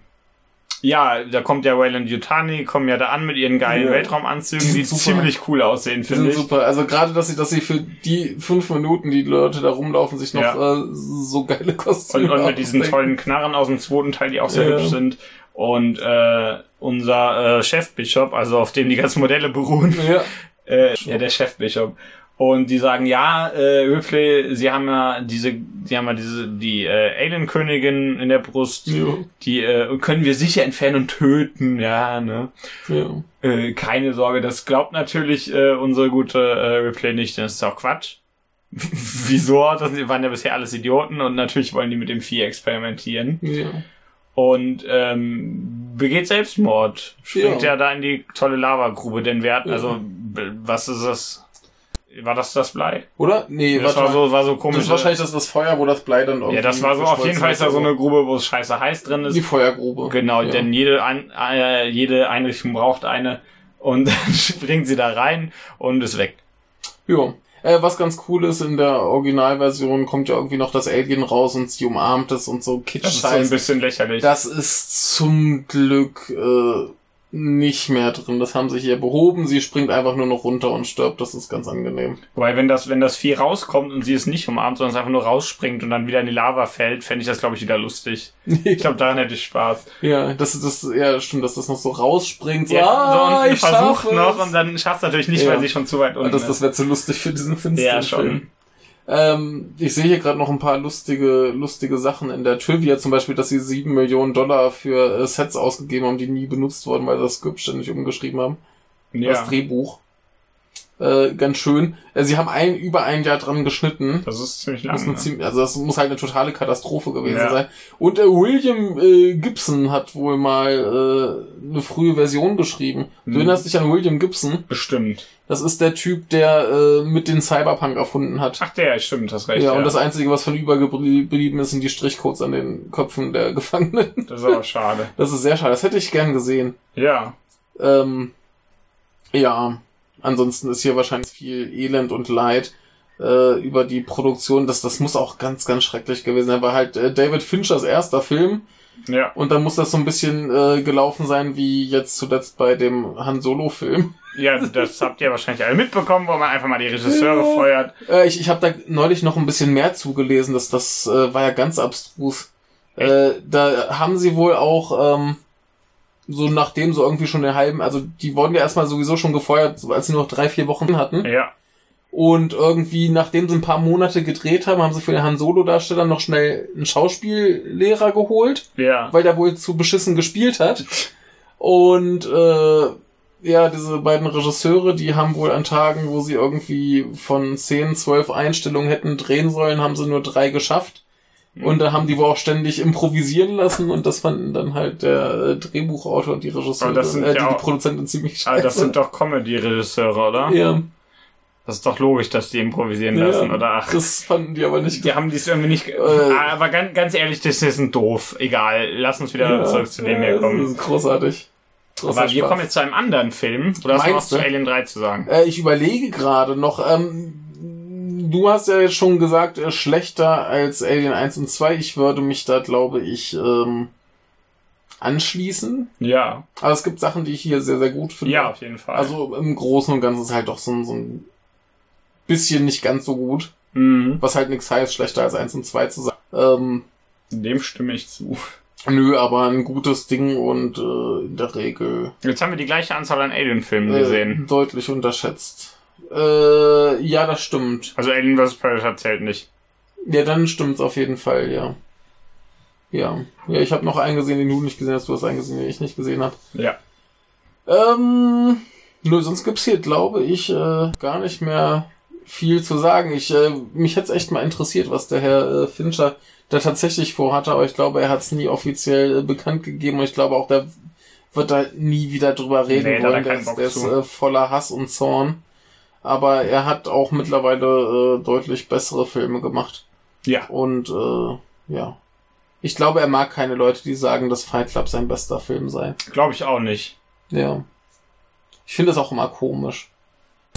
ja, da kommt ja Wayland Yutani, kommen ja da an mit ihren geilen Ja. Weltraumanzügen, Die die sind super. ziemlich cool aussehen, Die sind finde ich. super. Also gerade, dass sie, dass sie für die fünf Minuten, die Leute da rumlaufen, sich noch äh, so geile Kostüme Und, und mit diesen ausdenken. tollen Knarren aus dem zweiten Teil, die auch sehr Ja. hübsch sind. Und äh, unser äh, Chefbischof, also auf dem die ganzen Modelle beruhen, Ja. äh, ja, der Chefbischof. Und die sagen, ja, äh, Ripley, sie haben ja diese, sie haben ja diese, die äh, Alien-Königin in der Brust, Ja. die äh, können wir sicher entfernen und töten, ja, ne? ja. Äh, keine Sorge, das glaubt natürlich äh, unsere gute äh, Ripley nicht, denn das ist auch Quatsch. Wieso? Das waren ja bisher alles Idioten und natürlich wollen die mit dem Vieh experimentieren. ja. Und ähm, begeht Selbstmord. Springt Ja. ja, da in die tolle Lavagrube, denn wir hatten, Ja. also, b- was ist das? War das das Blei? Oder? Nee, Das warte war mal. so, war so das komisch. ist wahrscheinlich das, das Feuer, wo das Blei dann irgendwie ja, das war so, auf jeden Fall ist da so verschmolzen eine Grube, wo es scheiße heiß drin ist. ist. Die Feuergrube. Genau, ja. denn jede, Ein äh, jede Einrichtung braucht eine. Und dann springt sie da rein und ist weg. Ja. Äh, was ganz cool ist, in der Originalversion kommt ja irgendwie noch das Alien raus und sie umarmt es und so Das ist so ein Kitsch-Scheiß. bisschen lächerlich. Das ist zum Glück äh, nicht mehr drin. Das haben sie hier behoben. Sie springt einfach nur noch runter und stirbt. Das ist ganz angenehm. Wobei, wenn das, wenn das Vieh rauskommt und sie es nicht umarmt, sondern es einfach nur rausspringt und dann wieder in die Lava fällt, fände ich das, glaube ich, wieder lustig. Ich glaube, daran hätte ich Spaß. ja, das das ja stimmt, dass das noch so rausspringt. So, Ja, ah, so, und ich versucht schaff noch es. und dann schafft es natürlich nicht, Ja. weil sie schon zu weit unten das, ist. das wäre zu lustig für diesen finsteren Ja, schon. Film. Ähm, ich sehe hier gerade noch ein paar lustige, lustige Sachen in der Trivia, zum Beispiel, dass sie sieben Millionen Dollar für äh, Sets ausgegeben haben, die nie benutzt wurden, weil sie das Skript ständig umgeschrieben haben. Das ja. Drehbuch. Äh, ganz schön. Äh, sie haben ein, über ein Jahr dran geschnitten. das ist ziemlich Muss lang. eine Ne? ziemlich, also das muss halt eine totale Katastrophe gewesen Ja. sein. Und äh, William äh, Gibson hat wohl mal äh, eine frühe Version geschrieben. Du Hm. erinnerst dich an William Gibson? Bestimmt. Das ist der Typ, der äh, mit den Cyberpunk erfunden hat. Ach, der, stimmt, das recht. ja, und das Einzige, was von übergeblieben ist, sind die Strichcodes an den Köpfen der Gefangenen. das ist aber schade. Das ist sehr schade. Das hätte ich gern gesehen. Ja. Ähm, ja, ansonsten ist hier wahrscheinlich viel Elend und Leid äh, über die Produktion. Das, das muss auch ganz, ganz schrecklich gewesen sein. War halt äh, David Finchers erster Film Ja. und dann muss das so ein bisschen äh, gelaufen sein, wie jetzt zuletzt bei dem Han Solo-Film. Ja, das habt ihr wahrscheinlich alle mitbekommen, wo man einfach mal die Regisseure Ja. feuert. Äh, ich ich habe da neulich noch ein bisschen mehr zugelesen, dass das äh, war ja ganz abstrus. Äh, da haben sie wohl auch ähm, so nachdem so irgendwie schon den halben, also die wurden ja erstmal sowieso schon gefeuert, als sie nur noch drei, vier Wochen hatten. Ja. Und irgendwie, nachdem sie ein paar Monate gedreht haben, haben sie für den Han Solo-Darsteller noch schnell einen Schauspiellehrer geholt, Ja. weil der wohl zu beschissen gespielt hat. Und äh, ja, diese beiden Regisseure, die haben wohl an Tagen, wo sie irgendwie von 10, 12 Einstellungen hätten drehen sollen, haben sie nur drei geschafft. Mhm. Und dann haben die wohl auch ständig improvisieren lassen und das fanden dann halt der äh, Drehbuchautor und die Regisseure, Aber das sind äh, die, ja die auch- Produzenten ziemlich scheiße. Also, das sind doch Comedy-Regisseure, oder? ja, Das ist doch logisch, dass die improvisieren lassen, ja, oder? Ach, das fanden die aber nicht die haben dies irgendwie nicht. ge- Äh. aber ganz, ganz ehrlich, das ist ein doof. Egal, lass uns wieder zurück zu dem ja, Das herkommen. ist großartig. Großer Aber wir Spaß. kommen jetzt zu einem anderen Film. Oder hast du noch Meinst zu du? Alien 3 zu sagen? äh, ich überlege gerade noch, ähm, du hast ja jetzt schon gesagt, äh, schlechter als Alien 1 und 2. Ich würde mich da, glaube ich, ähm, anschließen. Ja. Aber es gibt Sachen, die ich hier sehr, sehr gut finde. Ja, auf jeden Fall. Also im Großen und Ganzen ist halt doch so, ein- so ein bisschen nicht ganz so gut. mhm. Was halt nichts heißt, schlechter als 1 und 2 zu sagen. Ähm, Dem stimme ich zu. nö, aber ein gutes Ding und äh, in der Regel Jetzt haben wir die gleiche Anzahl an Alien-Filmen Äh, gesehen. Deutlich unterschätzt. Äh, ja, das stimmt. Also Alien vs. Predator zählt nicht. Ja, dann stimmt's auf jeden Fall, ja. Ja. Ja, ich habe noch einen gesehen, den du nicht gesehen hast, du hast einen gesehen, den ich nicht gesehen habe. Ja. Ähm, nö, sonst gibt's hier, glaube ich, äh, gar nicht mehr viel zu sagen. Ich, äh, mich hätt's echt mal interessiert, was der Herr äh, Fincher da tatsächlich vorhatte, aber ich glaube, er hat's nie offiziell äh, bekannt gegeben und ich glaube auch, der wird da nie wieder drüber reden Nee, da hat er wollen. Der keinen ist, Bock der ist zu. äh, voller Hass und Zorn. Aber er hat auch mittlerweile äh, deutlich bessere Filme gemacht. Ja. Und äh, ja. Ich glaube, er mag keine Leute, die sagen, dass Fight Club sein bester Film sei. Glaube ich auch nicht. Ja. Ich finde das auch immer komisch.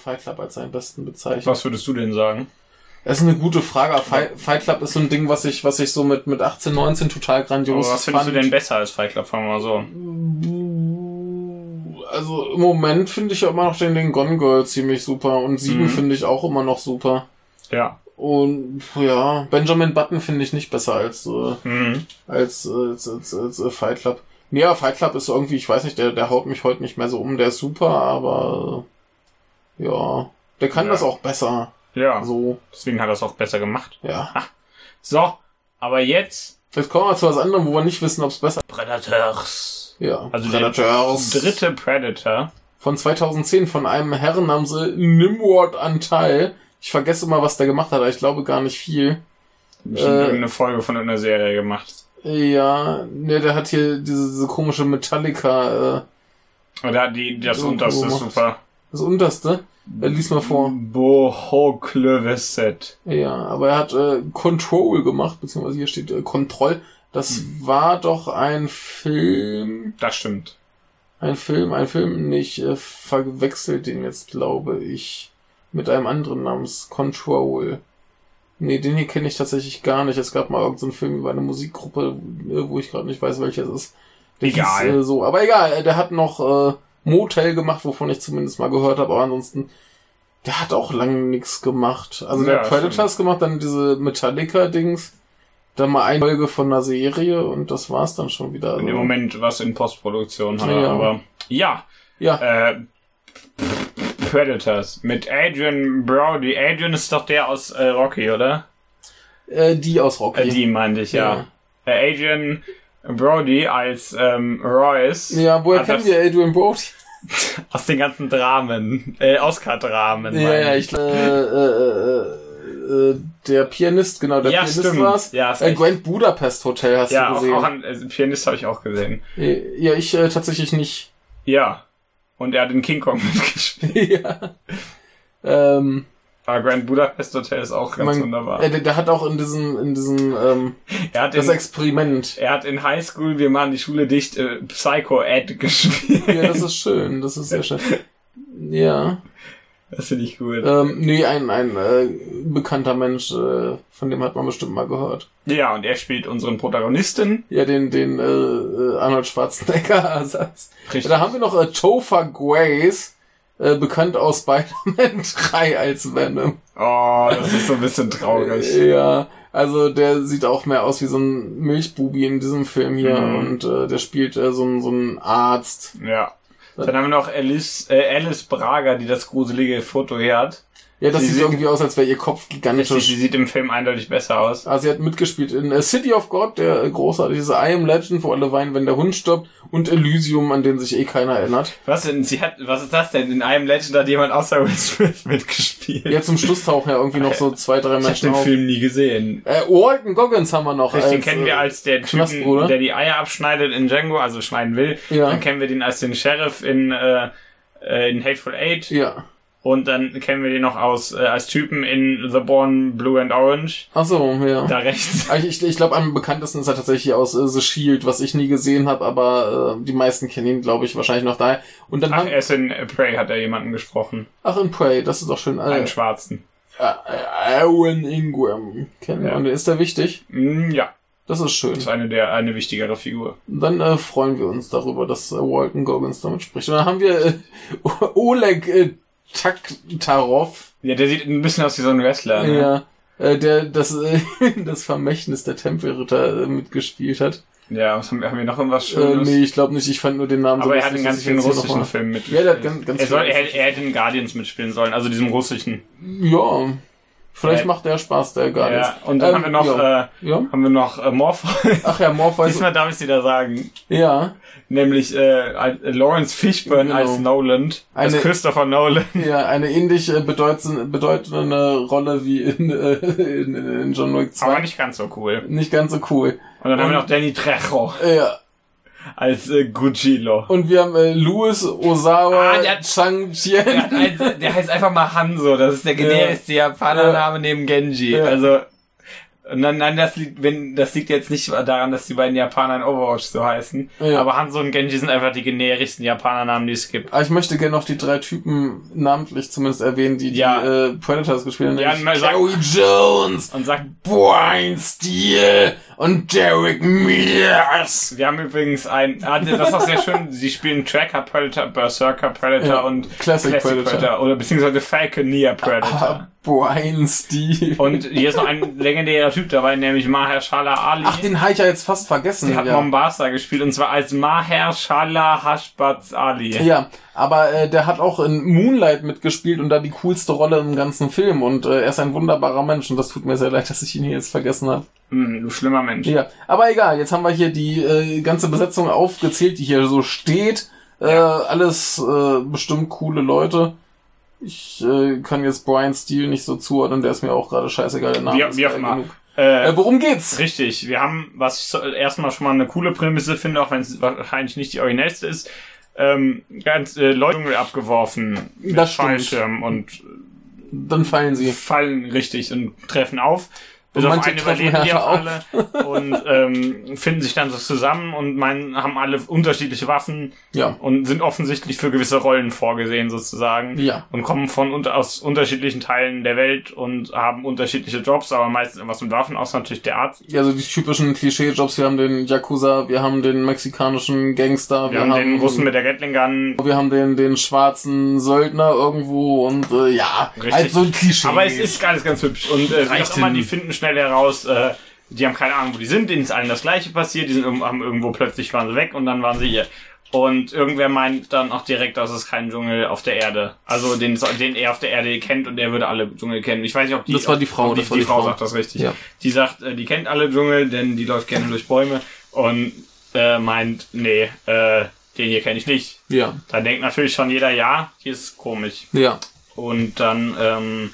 Fight Club als seinen besten bezeichnet. Was würdest du denn sagen? Das ist eine gute Frage. Fight, Fight Club ist so ein Ding, was ich, was ich so mit, mit 18, 19 total Aber grandios was findest du denn besser als Fight Club? Fangen wir mal so. Also im Moment finde ich ja immer noch den, den Gone Girl ziemlich super und sieben Mhm. finde ich auch immer noch super. Ja. Und ja, Benjamin Button finde ich nicht besser als, äh, Mhm. als, äh, als, als, als äh, Fight Club. Ja, Fight Club ist irgendwie, ich weiß nicht, der, der haut mich heute nicht mehr so um, der ist super, aber äh, ja, der kann Ja. das auch besser. Ja. So, Also, Deswegen hat er es auch besser gemacht. ja. So. Aber jetzt Jetzt kommen wir zu was anderem, wo wir nicht wissen, ob es besser Predators. Ja, Also Predators. der dritte Predator. Von 2010 von einem Herren namens äh, Nimrod Anteil. Ich vergesse immer, was der gemacht hat, aber ich glaube gar nicht viel. Äh, Äh. irgendeine Folge von irgendeiner Serie gemacht. Ja, ne, der hat hier diese, diese komische Metallica, äh, Oder die, das Irgendwo unterste macht- super. das unterste. Äh, lies mal vor. Bohokleveset. Ja, aber er hat äh, Control gemacht, beziehungsweise hier steht äh, Control. Das war doch ein Film. Das stimmt. Ein Film, ein Film. Nee, Ich äh, verwechselt den jetzt, glaube ich, mit einem anderen namens Control. Nee, den hier kenne ich tatsächlich gar nicht. Es gab mal irgendeinen so einen Film über eine Musikgruppe, äh, wo ich gerade nicht weiß, welcher es ist. Der Egal. Hieß, äh, so. Aber egal, äh, der hat noch äh, Motel gemacht, wovon ich zumindest mal gehört habe, aber ansonsten, der hat auch lange nichts gemacht. Also der Ja, hat Predators gemacht, dann diese Metallica-Dings, dann mal eine Folge von einer Serie und das war's dann schon wieder. Und Im Also, Moment was in Postproduktion hat er, Ja. aber ja. Ja. Äh, Predators mit Adrian Brody. Adrian ist doch der aus äh, Rocky, oder? Äh, die aus Rocky. Äh, die meinte ich, ja. Äh, Adrian Brody als ähm, Royce. Ja, woher Hat kennen Ah, das- wir Adrian Brody? Aus den ganzen Dramen. Äh, Oscar-Dramen. Ja, meine ja, ich, äh, äh, äh, äh, der Pianist, genau, der Ja, Pianist stimmt. war's. Ja, ist äh, echt. Grand Budapest Hotel hast Ja, du auch, gesehen. auch an, also Pianist habe ich auch gesehen. Äh, ja, ich äh, tatsächlich nicht. Ja. Und er hat in King Kong mitgespielt. ja. Ähm, Aber Grand Budapest Hotel ist auch ganz man- wunderbar. äh, der, der hat auch in diesem, in diesem, ähm, er, hat das in, Experiment. er hat in High School, wir machen die Schule dicht, äh, Psycho-Ad gespielt. ja, das ist schön, das ist sehr schön. Ja. Das finde ich gut. Ähm, nee, ein, ein äh, bekannter Mensch, äh, von dem hat man bestimmt mal gehört. Ja, und er spielt unseren Protagonisten. Ja, den, den äh, äh, Arnold Schwarzenegger-Ersatz. Richtig. Da haben wir noch äh, Topher Grace, äh, bekannt aus Spider-Man 3 als Venom. Oh, das ist so ein bisschen traurig. Ja, also der sieht auch mehr aus wie so ein Milchbubi in diesem Film hier Mhm. und äh, der spielt äh, so, einen- so einen Arzt. ja. Dann haben wir noch Alice, äh, Alice Braga, die das gruselige Foto hier hat. Ja, das Sie sieht sieht- irgendwie aus, als wäre ihr Kopf Sie, gigantisch. sie sieht im Film eindeutig besser aus. Also sie hat mitgespielt in äh, City of God, der äh, großartige ist I Am Legend, wo alle weinen, wenn der Hund stirbt, und Elysium, an den sich eh keiner erinnert. Was denn? Sie hat, was ist das denn? In einem Legend hat jemand außer Will Smith mitgespielt. Ja, genau. zum Schluss tauchen ja irgendwie noch so zwei, drei ich habe Menschen den auf. Film nie gesehen. Äh, Walton Goggins haben wir noch. Richtig, den als, kennen wir äh, als der Knastbruder. Typen, der die Eier abschneidet in Django, also schneiden will. Ja. Dann kennen wir den als den Sheriff in, äh, äh, in Hateful Eight. Ja. Und dann kennen wir den noch aus, äh, als Typen in The Born Blue and Orange. Ach so, ja. Da rechts. Also Ich, ich glaube, am bekanntesten ist er tatsächlich aus äh, The Shield, was ich nie gesehen habe, aber äh, die meisten kennen ihn, glaube ich, wahrscheinlich noch daher. Und dann Ach, äh. haben, erst in Prey hat er jemanden gesprochen. ach in Prey, das ist doch schön. Äh, Einen schwarzen. äh, Aaron Ingram kennen wir. Ja. Und ist er wichtig? Mm, ja, Das ist schön. ist eine der, eine wichtigere Figur. Dann äh, freuen wir uns darüber, dass äh, Walton Goggins damit spricht. Und dann haben wir äh, Oleg äh, Taktarov, Ja, der sieht ein bisschen aus wie so ein Wrestler, ne? ja, äh, der das, äh, das Vermächtnis der Tempelritter äh, mitgespielt hat. Ja, was haben, wir- haben wir noch irgendwas Äh, Schönes? nee, ich glaube nicht. Ich fand nur den Namen Aber er hat lustig, in dass ganz ich vielen jetzt hier russischen nochmal- Filmen mitgespielt. Ja, der hat ganz, ganz er, soll, viele er, er hätte in Guardians mitspielen sollen, also diesem russischen. Ja, vielleicht Äh, macht der Spaß, der gar ja, nicht. und dann Ähm, haben wir noch, Ja. Also äh, ja. haben wir noch äh, Morpheus. Ach ja, Morpheus. Diesmal darf ich sie da sagen. Ja, Nämlich äh, als- äh, Lawrence Fishburne Genau. als Noland. Eine- als Christopher Nolan. ja, eine ähnlich äh, bedeutende, bedeutende Rolle wie in, äh, in, in John Wick 2. Aber nicht ganz so cool. Nicht ganz so cool. Und dann haben wir Und- noch Danny Trejo. Ja. als äh, Gujilo. Und wir haben äh, Louis Osawa Ah, der hat- Chang Chien. Der, hat ein- also, der heißt einfach mal Hanzo, das ist der generischste Japanername neben Genji. Ja. Also und dann, nein, das liegt, wenn, das liegt jetzt nicht daran, dass die beiden Japaner in Overwatch so heißen. Ja. Aber Hanzo und Genji sind einfach die generischsten Japanernamen, die es gibt. Aber Ah, ich möchte gerne noch die drei Typen namentlich zumindest erwähnen, die Ja. die äh, Predators gespielt haben. Ja, nämlich mal sagen- Joey Jones, Und sagt, Brian Steele und Derek Mears. wir haben übrigens ein, ah, das ist auch sehr schön, sie spielen Tracker Predator, Berserker Predator Ja, und Classic Predator. oder beziehungsweise Falconeer Predator. Ah, Brian Steele. Und hier ist noch ein legendärer Typ dabei, nämlich Mahershala Ali. Ach, den habe ich ja jetzt fast vergessen. Der hat ja. Mombasa gespielt und zwar als Mahershala Hashbaz Ali. Ja, aber äh, der hat auch in Moonlight mitgespielt und da die coolste Rolle im ganzen Film und äh, er ist ein wunderbarer Mensch und das tut mir sehr leid, dass ich ihn hier jetzt vergessen habe. Hm, du schlimmer Mensch. Ja, aber egal, jetzt haben wir hier die äh, ganze Besetzung aufgezählt, die hier so steht. Äh, Alles äh, bestimmt coole Leute. Ich äh, kann jetzt Brian Steele nicht so zuordnen, der ist mir auch gerade scheißegal, der Name Wie, ist wie auch geil immer. genug. Äh, Äh, worum geht's? richtig, wir haben, was ich so- erstmal schon mal eine coole Prämisse finde, auch wenn es wahrscheinlich nicht die originellste ist, ähm, ganz äh, Leute abgeworfen mit Das stimmt. Fallschirm und Dann fallen sie. fallen richtig und treffen auf. Bis Und auf manche einen treffen überleben die ja auch alle und ähm, finden sich dann so zusammen und meinen, haben alle unterschiedliche Waffen Ja. und sind offensichtlich für gewisse Rollen vorgesehen sozusagen. Ja. Und kommen von unter, aus unterschiedlichen Teilen der Welt und haben unterschiedliche Jobs, aber meistens irgendwas mit Waffen, außer natürlich der Arzt. Ja, also die typischen Klischee-Jobs, wir haben den Yakuza, wir haben den mexikanischen Gangster, Wir haben den Russen mit der Gatling Gun. wir haben den, den schwarzen Söldner irgendwo und äh, ja, Richtig. halt so ein Klischee. Aber es ist alles ganz hübsch. Und äh, wie Reicht auch immer, hin. die finden schnell heraus, äh, die haben keine Ahnung, wo die sind, denen ist allen das Gleiche passiert, die sind, irgendwo- haben irgendwo plötzlich waren sie weg und dann waren sie hier. Und irgendwer meint dann auch direkt, dass es keinen Dschungel auf der Erde. Also den, den er auf der Erde kennt und er würde alle Dschungel kennen. Ich weiß nicht, ob die. Das war die ob- Frau, ob Die, das war die die Frau Frau. sagt das richtig. Ja. Die sagt, äh, die kennt alle Dschungel, denn die läuft gerne durch Bäume und äh, meint, nee, äh, den hier kenne ich nicht. Ja, Da denkt natürlich schon jeder, ja, hier ist komisch. ja. Und dann ähm,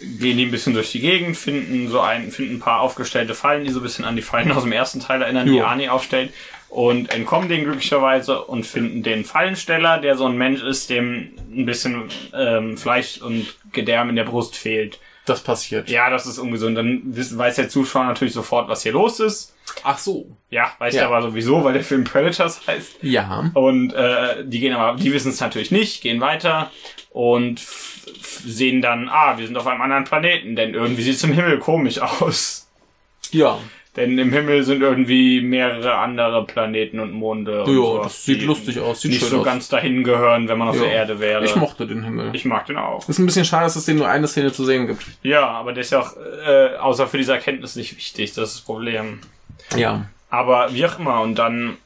gehen die ein bisschen durch die Gegend, finden so ein, finden ein paar aufgestellte Fallen, die so ein bisschen an die Fallen aus dem ersten Teil erinnern, die Jo. Arnie aufstellt. Und entkommen denen glücklicherweise und finden den Fallensteller, der so ein Mensch ist, dem ein bisschen ähm, Fleisch und Gedärm in der Brust fehlt. Das passiert. Ja, das ist ungesund. Dann wissen, weiß der Zuschauer natürlich sofort, was hier los ist. Ach so. Ja, weiß Ja. der aber sowieso, weil der Film Predators heißt. Ja. Und äh, die gehen aber, die wissen es natürlich nicht, gehen weiter und f- f- sehen dann, ah, wir sind auf einem anderen Planeten, denn irgendwie sieht es im Himmel komisch aus. Ja. Denn im Himmel sind irgendwie mehrere andere Planeten und Monde. Und Ja, sowas, das sieht die lustig aus, sieht nicht schön so aus. ganz dahin gehören, wenn man auf Ja. der Erde wäre. Ich mochte den Himmel. ich mag den auch. ist ein bisschen schade, dass es den nur eine Szene zu sehen gibt. Ja, aber der ist ja auch äh, außer für diese Erkenntnis nicht wichtig, das ist das Problem. Ja. Aber wie auch immer, und dann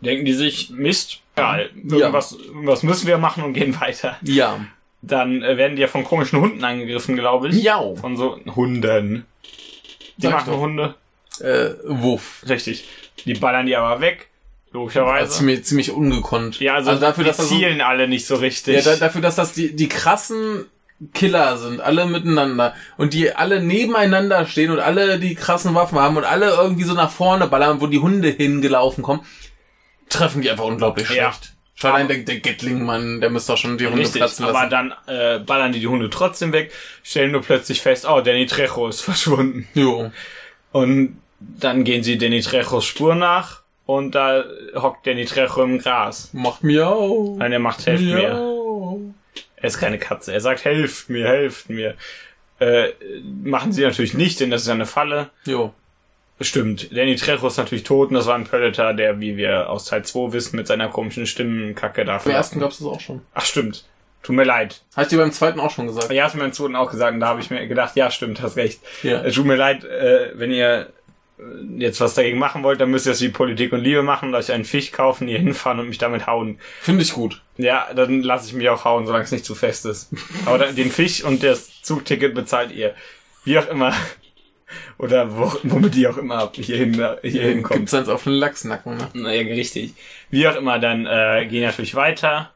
denken die sich, Mist, egal, irgendwas, irgendwas müssen wir machen und gehen weiter. Ja. dann äh, werden die ja von komischen Hunden angegriffen, glaube ich. Miau. Von so Hunden. Die Sag ich machen doch. Hunde. Äh, Wuff. Richtig. Die ballern die aber weg, Also logischerweise. ziemlich, ziemlich ungekonnt. Ja, also, dafür, die dass das so, zielen alle nicht so richtig. ja, da, dafür, dass das die, die krassen Killer sind, alle miteinander und die alle nebeneinander stehen und alle die krassen Waffen haben und alle irgendwie so nach vorne ballern, wo die Hunde hingelaufen kommen, treffen die einfach unglaublich Ja. schlecht. Schau allein der, der Gatling-Mann, der müsste doch schon die Hunde richtig. platzen lassen. Aber dann äh, ballern die die Hunde trotzdem weg, stellen nur plötzlich fest, oh, Danny Trejo ist verschwunden. jo. Und dann gehen sie Danny Trejos Spur nach und da hockt Danny Trejo im Gras. Macht miau. Und er macht, helft mir. Miau. Er ist keine Katze. Er sagt, helft mir, helft mir. Äh, machen sie natürlich nicht, denn das ist ja eine Falle. Jo. Stimmt. Danny Trejo ist natürlich tot und das war ein Predator, der, wie wir aus Teil 2 wissen, mit seiner komischen Stimmenkacke da Beim ersten verlassen- gab's das auch schon. Ach, stimmt. Tut mir leid. Habe ich dir beim zweiten auch schon gesagt. Ja, hast du mir im zweiten auch gesagt und da habe ich mir gedacht, ja, stimmt, hast recht. Ja. Äh, Tut mir leid, äh, wenn ihr äh, jetzt was dagegen machen wollt, dann müsst ihr es wie Politik und Liebe machen, dass ich einen Fisch kaufen, hier hinfahren und mich damit hauen. Finde ich gut. Ja, dann lasse ich mich auch hauen, solange es nicht zu fest ist. Aber dann, den Fisch und das Zugticket bezahlt ihr. Wie auch immer. Oder wo, womit ihr auch immer hierhin, hierhin Gibt's kommt. eins auf den Lachsnacken, ne? Naja, richtig. Wie auch immer, dann äh, gehen natürlich weiter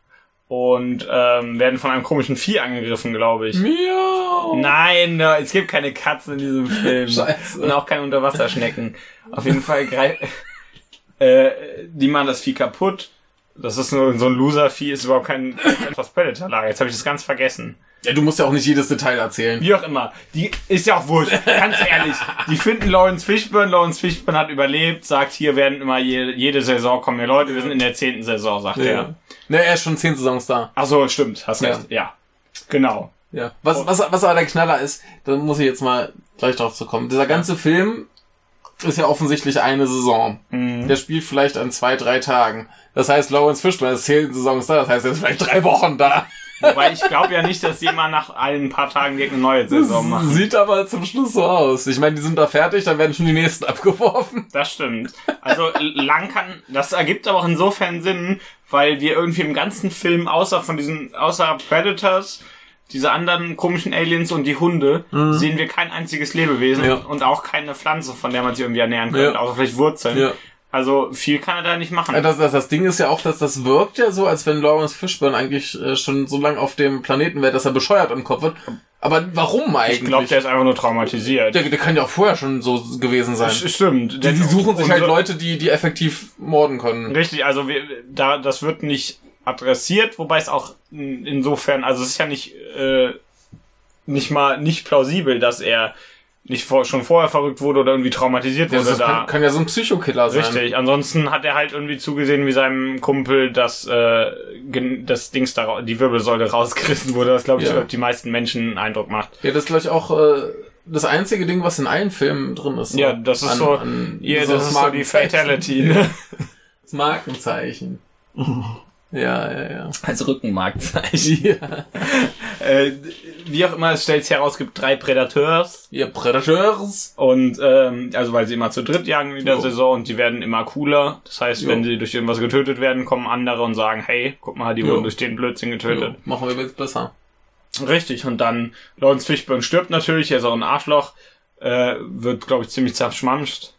und ähm, werden von einem komischen Vieh angegriffen, glaube ich. Miau. Nein, no, es gibt keine Katzen in diesem Film. Scheiße. Und auch keine Unterwasserschnecken. Auf jeden Fall greif äh, die machen das Vieh kaputt. Das ist nur so ein Loser-Vieh, ist überhaupt kein etwas Predator-Lager. Jetzt habe ich das ganz vergessen. Ja, du musst ja auch nicht jedes Detail erzählen. Wie auch immer. Die ist ja auch wurscht. Ganz ehrlich. Die finden Lawrence Fishburne. Lawrence Fishburne hat überlebt, sagt, hier werden immer je, jede Saison kommen hier Leute. Wir sind in der zehnten Saison, sagt er. Ne, er ist schon zehn Saisons da. Ach so, stimmt. Hast Ja. recht. Ja. Genau. Ja. Was, was, was aber der Knaller ist, da muss ich jetzt mal gleich drauf zu kommen. Dieser ganze Film ist ja offensichtlich eine Saison. Der spielt vielleicht an zwei, drei Tagen. Das heißt, Lawrence Fishburne ist zehn Saisons da, das heißt, er ist vielleicht drei Wochen da. Wobei ich glaube ja nicht, dass jemand nach ein paar Tagen direkt eine neue Saison macht. Sieht aber zum Schluss so aus. Ich meine, die sind da fertig, dann werden schon die nächsten abgeworfen. Das stimmt. Also lang kann, das ergibt aber auch insofern Sinn, weil wir irgendwie im ganzen Film außer von diesen, außer Predators, diese anderen komischen Aliens und die Hunde, sehen wir kein einziges Lebewesen Mhm. Ja. und auch keine Pflanze, von der man sich irgendwie ernähren könnte, Ja. außer vielleicht Wurzeln. Ja. Also viel kann er da nicht machen. Ja, Äh, Das, das, das Ding ist ja auch, dass das wirkt ja so, als wenn Lawrence Fishburne eigentlich äh, schon so lange auf dem Planeten wäre, dass er bescheuert im Kopf wird. Aber warum eigentlich? ich glaube, der ist einfach nur traumatisiert. der, der kann ja auch vorher schon so gewesen sein. Sch- Stimmt. Die, die suchen sich halt Leute. Leute, die, die effektiv morden können. Richtig, also wir, da, das wird nicht adressiert, wobei es auch in- insofern, also es ist ja nicht, äh, nicht mal nicht plausibel, dass er nicht vor, schon vorher verrückt wurde oder irgendwie traumatisiert wurde Also das da. kann, kann ja so ein Psychokiller sein. Richtig, ansonsten hat er halt irgendwie zugesehen, wie seinem Kumpel das, äh, gen- das Dings da, ra- die Wirbelsäule rausgerissen wurde, was glaube ich Ja. auf die meisten Menschen einen Eindruck macht. Ja, das ist gleich auch äh, das einzige Ding, was in allen Filmen drin ist. so. Ja, das ist An- so, an- ja, so das ist so die Markenzeichen. Fatality, ne? Das Markenzeichen. ja, ja, ja. Als Rückenmarkzeichen. Ja, äh, wie auch immer, es stellt sich heraus, es gibt drei Predateurs. ihr Predators. Und ähm, also weil sie immer zu dritt jagen in der Jo. Saison und die werden immer cooler. Das heißt, Jo. wenn sie durch irgendwas getötet werden, kommen andere und sagen, hey, guck mal, die Jo. wurden durch den Blödsinn getötet. Jo, machen wir jetzt besser. Richtig, und dann Lawrence Fishburne stirbt natürlich, er ist auch ein Arschloch, äh, wird, glaube ich, ziemlich zerschmamscht.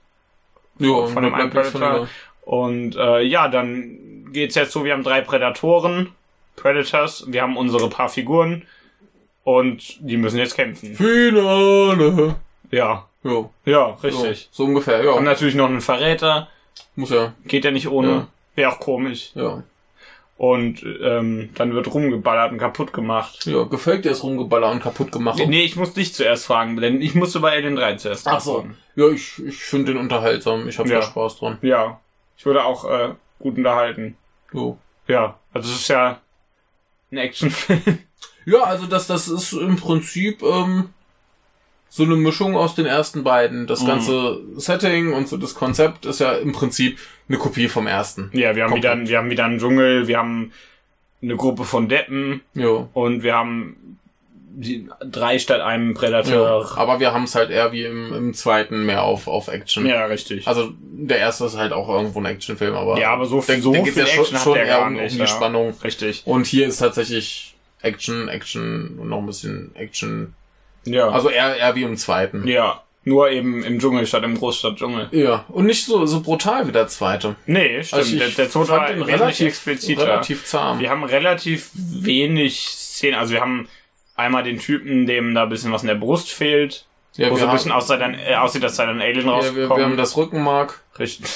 Jo, Von dem einen bleibt nichts von Predator. Und äh, ja, dann geht's jetzt so, wir haben drei Prädatoren, Predators, wir haben unsere paar Figuren und die müssen jetzt kämpfen. Finale. Ja, Jo, ja, so, richtig. so ungefähr, Und ja. natürlich noch einen Verräter. Muss ja, Geht ja nicht ohne. Ja. Wäre auch komisch. ja. Und ähm, dann wird rumgeballert und kaputt gemacht. Ja, gefällt dir das rumgeballer und kaputt gemacht? Nee, ich muss dich zuerst fragen, denn ich musste bei Alien 3 zuerst Ach so. fragen. Ja, ich, ich finde den unterhaltsam. Ich habe Ja. da Spaß dran. Ja. Ich wurde auch äh, gut unterhalten. Jo. Ja. Also es ist ja ein Actionfilm. Ja, also das, das ist im Prinzip ähm, so eine Mischung aus den ersten beiden. Das Mhm. ganze Setting und so das Konzept ist ja im Prinzip eine Kopie vom ersten. ja, wir haben, Komplett. wieder, wir haben wieder einen Dschungel, wir haben eine Gruppe von Deppen Jo. und wir haben die, drei statt einem Ja. Predator. Aber wir haben es halt eher wie im, im zweiten mehr auf, auf Action. Ja, richtig. Also der erste ist halt auch irgendwo ein Actionfilm, aber ja, aber so viel, der, so der viel geht's ja Action schon, hat schon der eher gar um, um nicht. die ja. Spannung. Richtig. Und hier ist tatsächlich Action, Action und noch ein bisschen Action. Ja. Also eher, eher wie im zweiten. Ja, nur eben im Dschungel statt im Großstadtdschungel. Ja, und nicht so, so brutal wie der zweite. Nee, stimmt. Also ich der, der Tod fand war ihn wesentlich expliziter. relativ zahm. Wir haben relativ wenig Szenen. Also wir haben einmal den Typen, dem da ein bisschen was in der Brust fehlt. ja, wo wir, so ein haben, bisschen aussieht, dann, äh, aussieht dass da ein ja, wir, Alien wir haben rausgekommen. das Rückenmark. Richtig.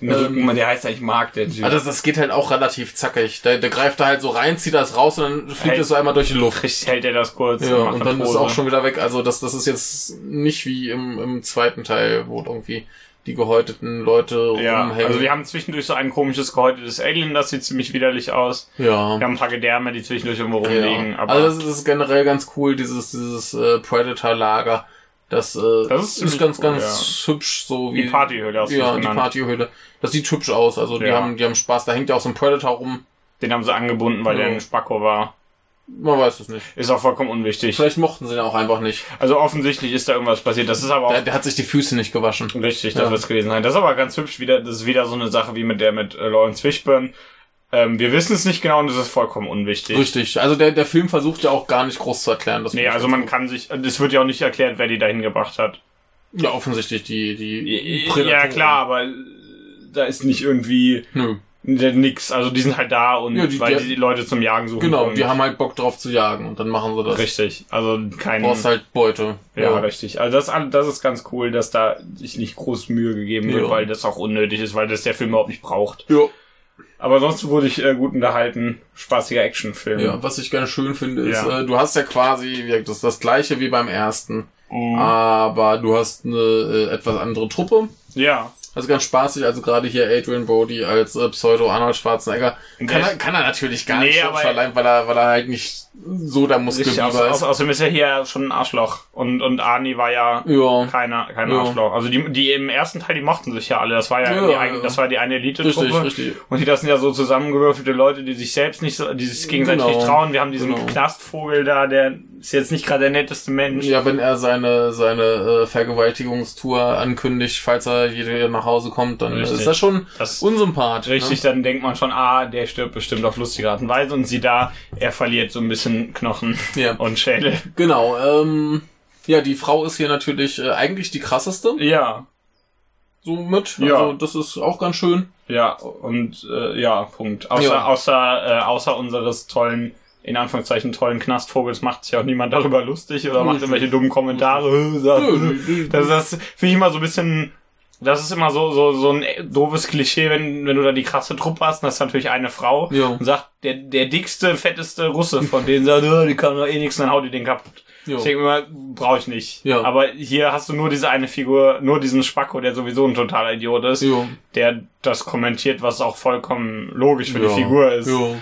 Den Ähm, Rücken, der heißt eigentlich Mark, der Typ. Ah, das, das geht halt auch relativ zackig. Der, der greift da halt so rein, zieht das raus und dann fliegt Hey. es so einmal durch die Luft. Richtig hält er das kurz. Ja, macht und eine dann ist Pose. auch schon wieder weg. Also das, das ist jetzt nicht wie im, im zweiten Teil, wo irgendwie die gehäuteten Leute Ja, rumhängen. also wir haben zwischendurch so ein komisches gehäutetes Alien, das sieht ziemlich widerlich aus. ja. Wir haben ein paar Gedärme, die zwischendurch irgendwo rumliegen. Ja. Aber Also das ist, das ist generell ganz cool, dieses, dieses äh, Predator-Lager. Das, äh, Das ist ist, ziemlich ganz, cool, ganz hübsch, so wie die Partyhöhle hast du es ja, die genannt. Partyhöhle. Das sieht hübsch aus. Also die Ja. haben, die haben Spaß. Da hängt ja auch so ein Predator rum. Den haben sie angebunden, weil Ja. der ein Spacko war. Man weiß es nicht. Ist auch vollkommen unwichtig. Vielleicht mochten sie ihn auch einfach nicht. Also offensichtlich ist da irgendwas passiert. Das ist aber auch Der, der hat sich die Füße nicht gewaschen. richtig, das Ja. wird's gewesen sein. Das ist aber ganz hübsch wieder. Das ist wieder so eine Sache wie mit der mit äh, Lawrence Fishburne. Ähm, wir wissen es nicht genau und es ist vollkommen unwichtig. Richtig. Also der, der Film versucht ja auch gar nicht groß zu erklären. Das Nee, also man kann sich, es wird ja auch nicht erklärt, wer die dahin gebracht hat. ja offensichtlich die die Ja klar, aber äh, da ist äh, nicht irgendwie Nö. Der nix, also die sind halt da und Ja, die- weil die- die, die Leute zum Jagen suchen. Genau, und die haben halt Bock drauf zu jagen und dann machen sie das. Richtig, also kein. Du brauchst halt Beute. ja, richtig. Also das, das ist ganz cool, dass da sich nicht groß Mühe gegeben wird, Ja. weil das auch unnötig ist, weil das der Film überhaupt nicht braucht. Ja. Aber sonst wurde ich äh, gut unterhalten. Spaßiger Actionfilm. Ja, was ich ganz schön finde, ist, Genau. Ja. äh, du hast ja quasi wie gesagt, das, das gleiche wie beim ersten, Mhm. aber du hast eine äh, etwas andere Truppe. ja. Also ganz spaßig, also gerade hier Adrian Brody als äh, Pseudo-Arnold Schwarzenegger. Kann Der er, kann er natürlich gar Nee, nicht, aber- schon allein weil er, weil er halt nicht so der Richtig, Muskelbiber also, ist. also, außerdem ist er hier schon ein Arschloch. Und, und Arnie war ja Ja, keiner, kein Ja. Arschloch. Also die, die im ersten Teil, die mochten sich ja alle. Das war ja, Ja, die, ja. eigen- das war die eine Elite-Truppe. richtig, richtig. Und die, das sind ja so zusammengewürfelte Leute, die sich selbst nicht so, die sich gegenseitig Genau. nicht trauen. Wir haben diesen Genau. Knastvogel da, der ist jetzt nicht gerade der netteste Mensch. Ja, wenn er seine, seine äh, Vergewaltigungstour ankündigt, falls er jede nach Hause kommt, dann Richtig. ist das schon ne? Das unsympath. richtig, dann denkt man schon, ah, der stirbt bestimmt auf lustige Art und Weise. Und sie da, er verliert so ein bisschen Knochen Ne? Ja. und Schädel. Genau, ähm, ja, die Frau ist hier natürlich äh, eigentlich die krasseste, Ja, so mit. Ja. Also das ist auch ganz schön. ja, und äh, ja, Punkt. Außer, Ja. außer, äh, außer unseres tollen in Anführungszeichen tollen Knastvogels macht sich auch niemand darüber lustig oder macht Richtig. irgendwelche dummen Kommentare. Das, das finde ich immer so ein bisschen. Das ist immer so, so, so ein doofes Klischee, wenn, wenn du da die krasse Truppe hast, und das ist natürlich eine Frau Ja. und sagt, der, der dickste, fetteste Russe von denen sagt, "Ja, die kann doch eh nichts, dann haut die den kaputt. Jo. Ich denke mir immer, brauche ich nicht. Ja. Aber hier hast du nur diese eine Figur, nur diesen Spacko, der sowieso ein totaler Idiot ist, Jo. der das kommentiert, was auch vollkommen logisch für Ja. die Figur ist. Jo.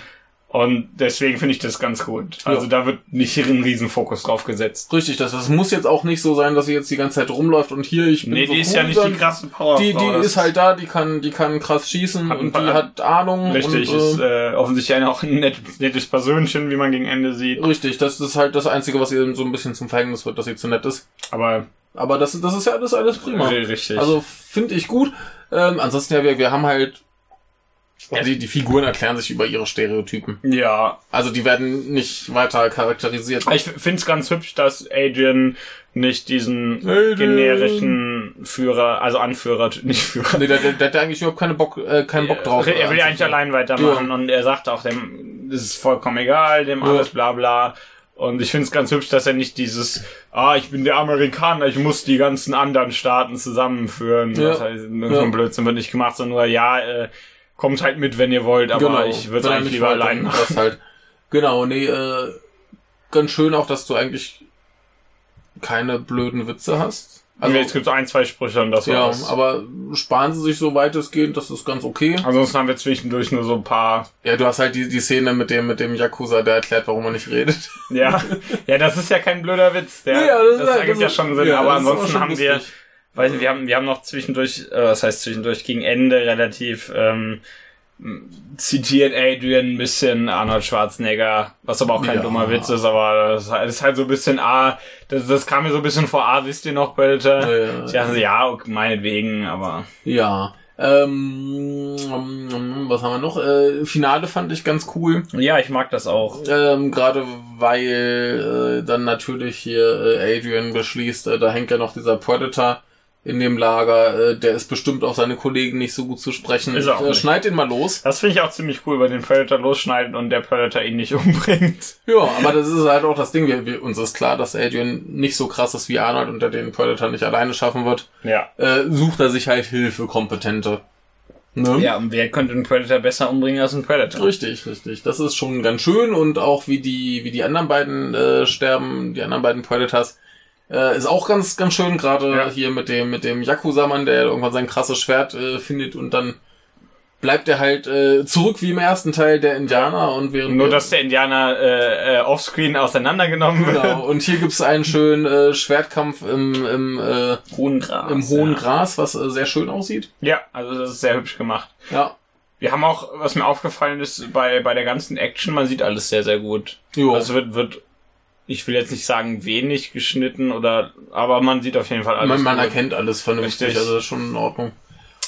Und deswegen finde ich das ganz gut. Also Ja. da wird nicht ein Riesenfokus drauf gesetzt. Richtig, das, das muss jetzt auch nicht so sein, dass sie jetzt die ganze Zeit rumläuft und hier, ich bin Nee, so die ist cool, ja nicht die sondern krasse Powerfrau. Die, die das ist halt da, die kann, die kann krass schießen Hat ein und paar- die hat Ahnung. Richtig, und, ist äh, offensichtlich eine, auch ein net, nettes Persönchen, wie man gegen Ende sieht. Richtig, das ist halt das Einzige, was ihr so ein bisschen zum Verhängnis wird, dass sie zu nett ist. Aber Aber das, das ist ja alles, alles prima. ri- richtig. Also finde ich gut. Ähm, ansonsten ja, wir, wir haben halt. Ja, die, die Figuren erklären sich über ihre Stereotypen. ja, Also die werden nicht weiter charakterisiert. ich finde es ganz hübsch, dass Adrian nicht diesen Adrian. generischen Führer, also Anführer, nicht Führer. Nee, der, der, der hat eigentlich überhaupt keine Bock, äh, keinen Bock drauf. Er will ja eigentlich anzufangen. allein weitermachen und er sagt auch, dem das ist vollkommen egal, dem alles bla bla. Und ich finde es ganz hübsch, dass er nicht dieses, ah, ich bin der Amerikaner, ich muss die ganzen anderen Staaten zusammenführen. Ja. Das heißt, so Ja. ein Blödsinn wird nicht gemacht, sondern nur, ja, äh, kommt halt mit, wenn ihr wollt, aber ich würde Wenn Genau. er eigentlich nicht lieber wollte, allein dann machen. Das halt. Genau, nee, äh, ganz schön auch, dass du eigentlich keine blöden Witze hast. Also, Also, jetzt gibt es ein, zwei Sprüche und das ja, war's. aber sparen sie sich so weitestgehend, das ist ganz okay. Ansonsten haben wir zwischendurch nur so ein paar, Ja, du hast halt die, die Szene mit dem, mit dem Yakuza, der erklärt, warum er nicht redet. ja, ja, das ist ja kein blöder Witz, der, Ja, das, ist- ergibt ist- ja schon Sinn, ja, aber das ist auch ansonsten schon haben wir, lustig. Weiß nicht, wir haben, wir haben noch zwischendurch, äh, was heißt zwischendurch, gegen Ende relativ ähm, zitiert Adrian ein bisschen Arnold Schwarzenegger, was aber auch kein Ja. dummer Witz ist, aber das ist halt so ein bisschen, ah, das, das kam mir so ein bisschen vor, ah, wisst ihr noch, Predator? Ja, ja, Ich dachte, ja, okay, meinetwegen, aber Ja. Ähm, ähm, was haben wir noch? Äh, Finale fand ich ganz cool. ja, ich mag das auch. Ähm, Gerade weil äh, dann natürlich hier äh, Adrian beschließt, äh, da hängt ja noch dieser Predator in dem Lager, äh, der ist bestimmt auf seine Kollegen nicht so gut zu sprechen. Ist er auch äh, nicht. schneid ihn mal los. Das finde ich auch ziemlich cool, weil den Predator losschneiden und der Predator ihn nicht umbringt. Ja, aber das ist halt auch das Ding. Wir, wir, uns ist klar, dass Adrian nicht so krass ist wie Arnold und der den Predator nicht alleine schaffen wird. Ja. Äh, sucht er sich halt Hilfe, kompetente. Ne? Ja, und wer könnte einen Predator besser umbringen als einen Predator? Richtig, richtig. Das ist schon ganz schön und auch wie die, wie die anderen beiden äh, sterben, die anderen beiden Predators, äh, ist auch ganz, ganz schön. Gerade Ja. hier mit dem, mit dem Yakuza-Mann, der irgendwann sein krasses Schwert äh, findet und dann bleibt er halt äh, zurück wie im ersten Teil der Indianer und während Nur, wir- dass der Indianer äh, äh, offscreen auseinandergenommen wird. genau. Und hier gibt's einen schönen äh, Schwertkampf im, im, äh, hohen Gras. im hohen ja. Gras, was äh, sehr schön aussieht. Ja, also das ist sehr hübsch gemacht. Ja. Wir haben auch, was mir aufgefallen ist, bei, bei der ganzen Action, man sieht alles sehr, sehr gut. Jo. Also wird, wird, ich will jetzt nicht sagen wenig geschnitten oder, aber man sieht auf jeden Fall alles. man, man gut. erkennt alles vernünftig, Richtig. also schon in Ordnung.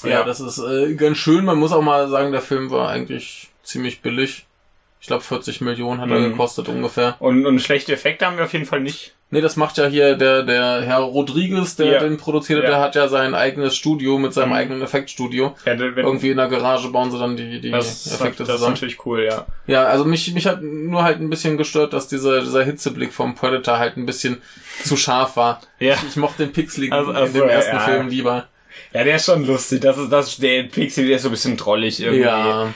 Ja, Ja. das ist äh, ganz schön. Man muss auch mal sagen, der Film war eigentlich ziemlich billig. Ich Ich glaube 40 Millionen hat Mhm. er gekostet ungefähr. Und, und schlechte Effekte haben wir auf jeden Fall nicht. Nee, das macht ja hier der, der Herr Rodriguez, der Ja. den produziert hat, Ja. der hat ja sein eigenes Studio mit seinem Mhm. eigenen Effektstudio. Ja, wenn, Irgendwie in der Garage bauen sie dann die, die das, ist nat- Effekte das ist zusammen. natürlich cool, ja. Ja, also mich, mich hat nur halt ein bisschen gestört, dass dieser, dieser Hitzeblick vom Predator halt ein bisschen zu scharf war. Ja. Ich, ich mochte den Pixeligen Also- in also, dem ersten ja. Film lieber. Ja, der ist schon lustig. Das ist, das, der Pixel, der ist so ein bisschen drollig irgendwie. Ja.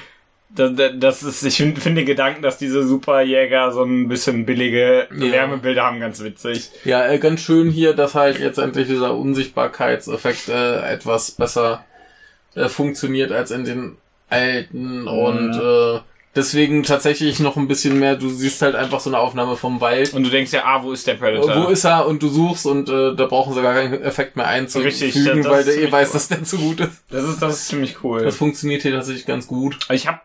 Das, das- das ist, ich finde find den Gedanken, dass diese Superjäger so ein bisschen billige Ja. Wärmebilder haben, ganz witzig. Ja, äh, ganz schön hier, dass halt jetzt endlich dieser Unsichtbarkeitseffekt äh, etwas besser äh, funktioniert als in den alten und Mhm. äh, deswegen tatsächlich noch ein bisschen mehr, du siehst halt einfach so eine Aufnahme vom Wald. Und du denkst ja, ah, wo ist der Äh, Predator? Wo ist er? Und du suchst und äh, da brauchen sie gar keinen Effekt mehr einzufügen, Richtig, das- das weil ist der eh ziemlich weiß, cool. dass der zu gut ist. das ist, das ist ziemlich cool. Das funktioniert hier tatsächlich ganz gut. Ich hab,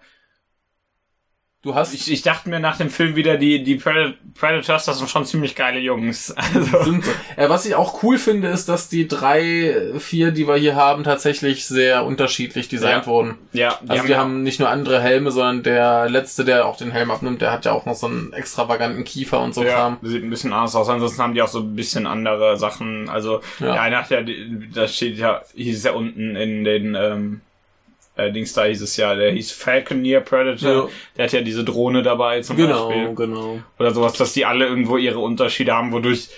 Du hast ich, ich dachte mir nach dem Film wieder, die, die Pred- Predators, das sind schon ziemlich geile Jungs. Also, Sind sie. Äh, was ich auch cool finde, ist, dass die drei, äh, vier, die wir hier haben, tatsächlich sehr unterschiedlich designt Ja. wurden. ja, die Also wir haben nicht nur andere Helme, sondern der letzte, der auch den Helm abnimmt, der hat ja auch noch so einen extravaganten Kiefer und so ja, Kram. sieht ein bisschen anders aus. Ansonsten haben die auch so ein bisschen andere Sachen. Also, Ja. ja. einer hat ja, die- das steht ja, hieß es ja unten in den, ähm, äh, Dings da hieß es ja, der hieß Falconeer Predator. Ja. Der hat ja diese Drohne dabei zum Genau, Beispiel. genau. Oder sowas, dass die alle irgendwo ihre Unterschiede haben, wodurch,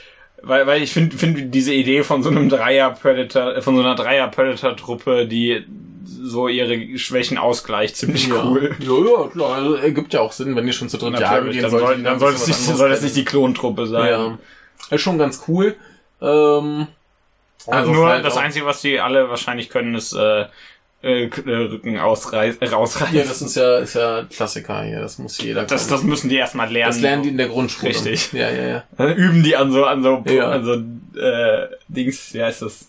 weil, weil ich finde, find diese Idee von so einem Dreier Predator, äh, von so einer Dreier Predator Truppe, die so ihre Schwächen ausgleicht, ziemlich Ja. cool. ja, ja, klar. Also, äh, gibt ja auch Sinn, wenn die schon zu dritt jagen Natürlich, gehen. dann sollten soll, die dann noch soll, ein es bisschen nicht, was anderes soll es nicht die Klontruppe sein. kennen. Ja. Ist schon ganz cool. Ähm, Also es nur ist halt das auch- Einzige, was die alle wahrscheinlich können, ist äh, äh, K- äh, Rücken ausreiß, äh, rausreißen. Ja, das ist ja, ist ja Klassiker hier. Das muss jeder das, können. das müssen die erstmal lernen. das lernen die in der Grundschule. Richtig. Ja, ja, ja. Dann üben die an so an so Ja. an so äh, Dings, wie heißt das?